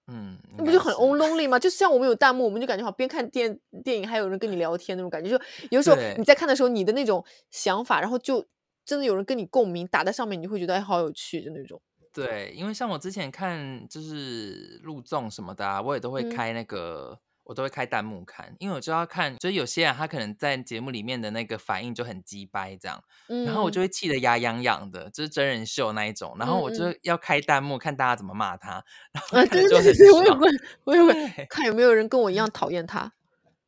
S1: 嗯，应
S2: 那不
S1: 该
S2: 就很
S1: 是
S2: lonely 吗？就像我们有弹幕，我们就感觉好像边看电电影还有人跟你聊天那种感觉。就有时候
S1: 对
S2: 你在看的时候，你的那种想法，然后就真的有人跟你共鸣，打在上面，你就会觉得哎好有趣的那种。
S1: 对，因为像我之前看就是录综什么的、啊，我也都会
S2: 嗯
S1: 开那个，我都会开弹幕看，因为我就要看，就是有些人他可能在节目里面的那个反应就很鸡掰这样，
S2: 嗯，
S1: 然后我就会气得牙痒痒的，就是真人秀那一种，然后我就
S2: 嗯
S1: 要开弹幕看大家怎么骂他，然后
S2: 啊，
S1: 看着
S2: 对
S1: 就
S2: 对
S1: 很
S2: 对对，我也
S1: 爽，
S2: 会，我也会
S1: 对
S2: 看有没有人跟我一样讨厌他，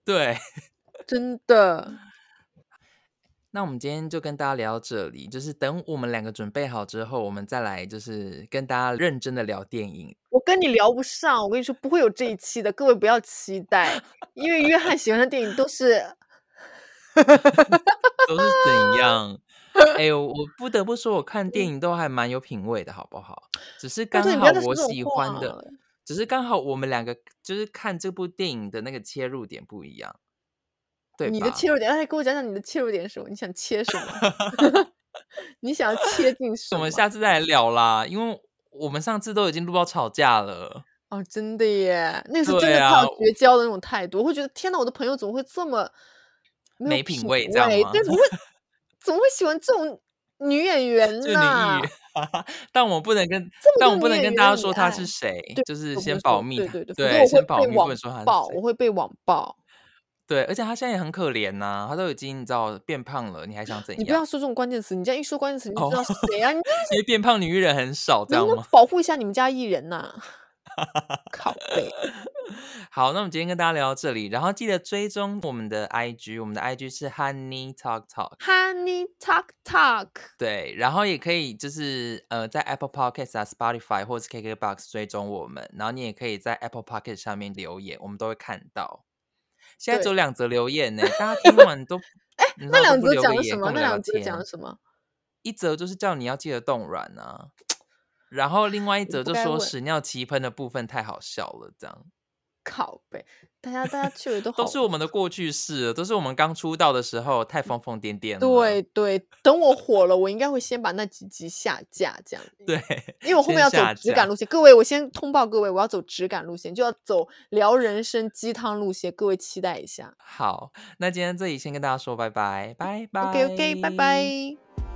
S1: 对。
S2: 真的。
S1: 那我们今天就跟大家聊到这里，就是等我们两个准备好之后，我们再来就是跟大家认真的聊电影。
S2: 我跟你聊不上，我跟你说不会有这一期的，各位不要期待，因为约翰喜欢的电影都是
S1: 都是怎样？哎、呦，我不得不说，我看电影都还蛮有品味的，好不好？只是刚
S2: 但是你不
S1: 好
S2: 要再说
S1: 我
S2: 这种
S1: 喜
S2: 话
S1: 欢
S2: 了
S1: 的，只是刚好我们两个就是看这部电影的那个切入点不一样， 对
S2: 你的
S1: 吧？
S2: 切入点。哎，给我讲讲你的切入点是什么？你想切什么？ 你想要切进什
S1: 我
S2: 么
S1: 们？下次再来聊啦，因为我们上次都已经录到吵架了。
S2: 哦，真的耶，那个是真
S1: 对
S2: 的
S1: 啊
S2: 靠
S1: 我
S2: 绝交的那种态度，我会觉得天呐，我的朋友怎么会这么没
S1: 没
S2: 有
S1: 品
S2: 品
S1: 味这样吗
S2: 对，怎 么会怎么会喜欢这种女演员
S1: 就你
S2: 呢
S1: 一语？，
S2: 啊
S1: 但我不能跟
S2: 这么，
S1: 但
S2: 多
S1: 我不能
S2: 女演
S1: 跟
S2: 员
S1: 大家
S2: 你
S1: 说他
S2: 爱
S1: 是谁，就是
S2: 我不
S1: 先
S2: 能
S1: 保
S2: 说
S1: 密
S2: 对
S1: 他，
S2: 对对，否则我
S1: 先保
S2: 会
S1: 密，
S2: 被
S1: 不
S2: 网
S1: 能说他是
S2: 暴，
S1: 谁
S2: 我。会被网暴。
S1: 对，而且他现在也很可怜呐、他都已经你知道变胖了，你还想怎
S2: 你不要
S1: 样？
S2: 说这种关键词，你这样一说关键词，你就
S1: 哦
S2: 知道谁啊？你
S1: 因为变胖女人很 少，这
S2: 能
S1: 样
S2: 不能
S1: 吗？
S2: 保护一下你们家艺人呐、 靠背，
S1: 好，那我们今天跟大家聊到这里，然后记得追踪我们的 IG，我们的 IG 是 Honey Talk Talk。
S2: Honey Talk Talk，
S1: 对，然后也可以就是呃，在 Apple Podcast 啊、Spotify 或是 KKBox 追踪我们，然后你也可以在 Apple Podcast 上面留言，我们都会看到。现在只有两则留言呢，大家听完 都哎，你知道
S2: 那
S1: 都
S2: 两
S1: 不
S2: 则
S1: 留
S2: 讲
S1: 个
S2: 了
S1: 言
S2: 什
S1: 跟
S2: 么
S1: 我？们
S2: 那
S1: 聊聊
S2: 两则讲
S1: 天
S2: 了，什么？
S1: 一则就是叫你要记得冻卵啊，然后另外一
S2: 你
S1: 则
S2: 不
S1: 就
S2: 该
S1: 说
S2: 问
S1: 屎尿齐喷的部分太好笑了，这样
S2: 靠背，大家大家去了都好
S1: 都是我们的过去式了，都是我们刚出道的时候太疯疯癫癫了。
S2: 对对，等我火了，我应该会先把那几集下架，这样，
S1: 对，
S2: 因为我后面要走
S1: 先下
S2: 质
S1: 架
S2: 感路线。各位，我先通报各位，我要走质感路线，就要走聊人生鸡汤路线，各位期待一下。
S1: 好，那今天这里先跟大家说拜拜，拜拜
S2: OK OK，拜拜。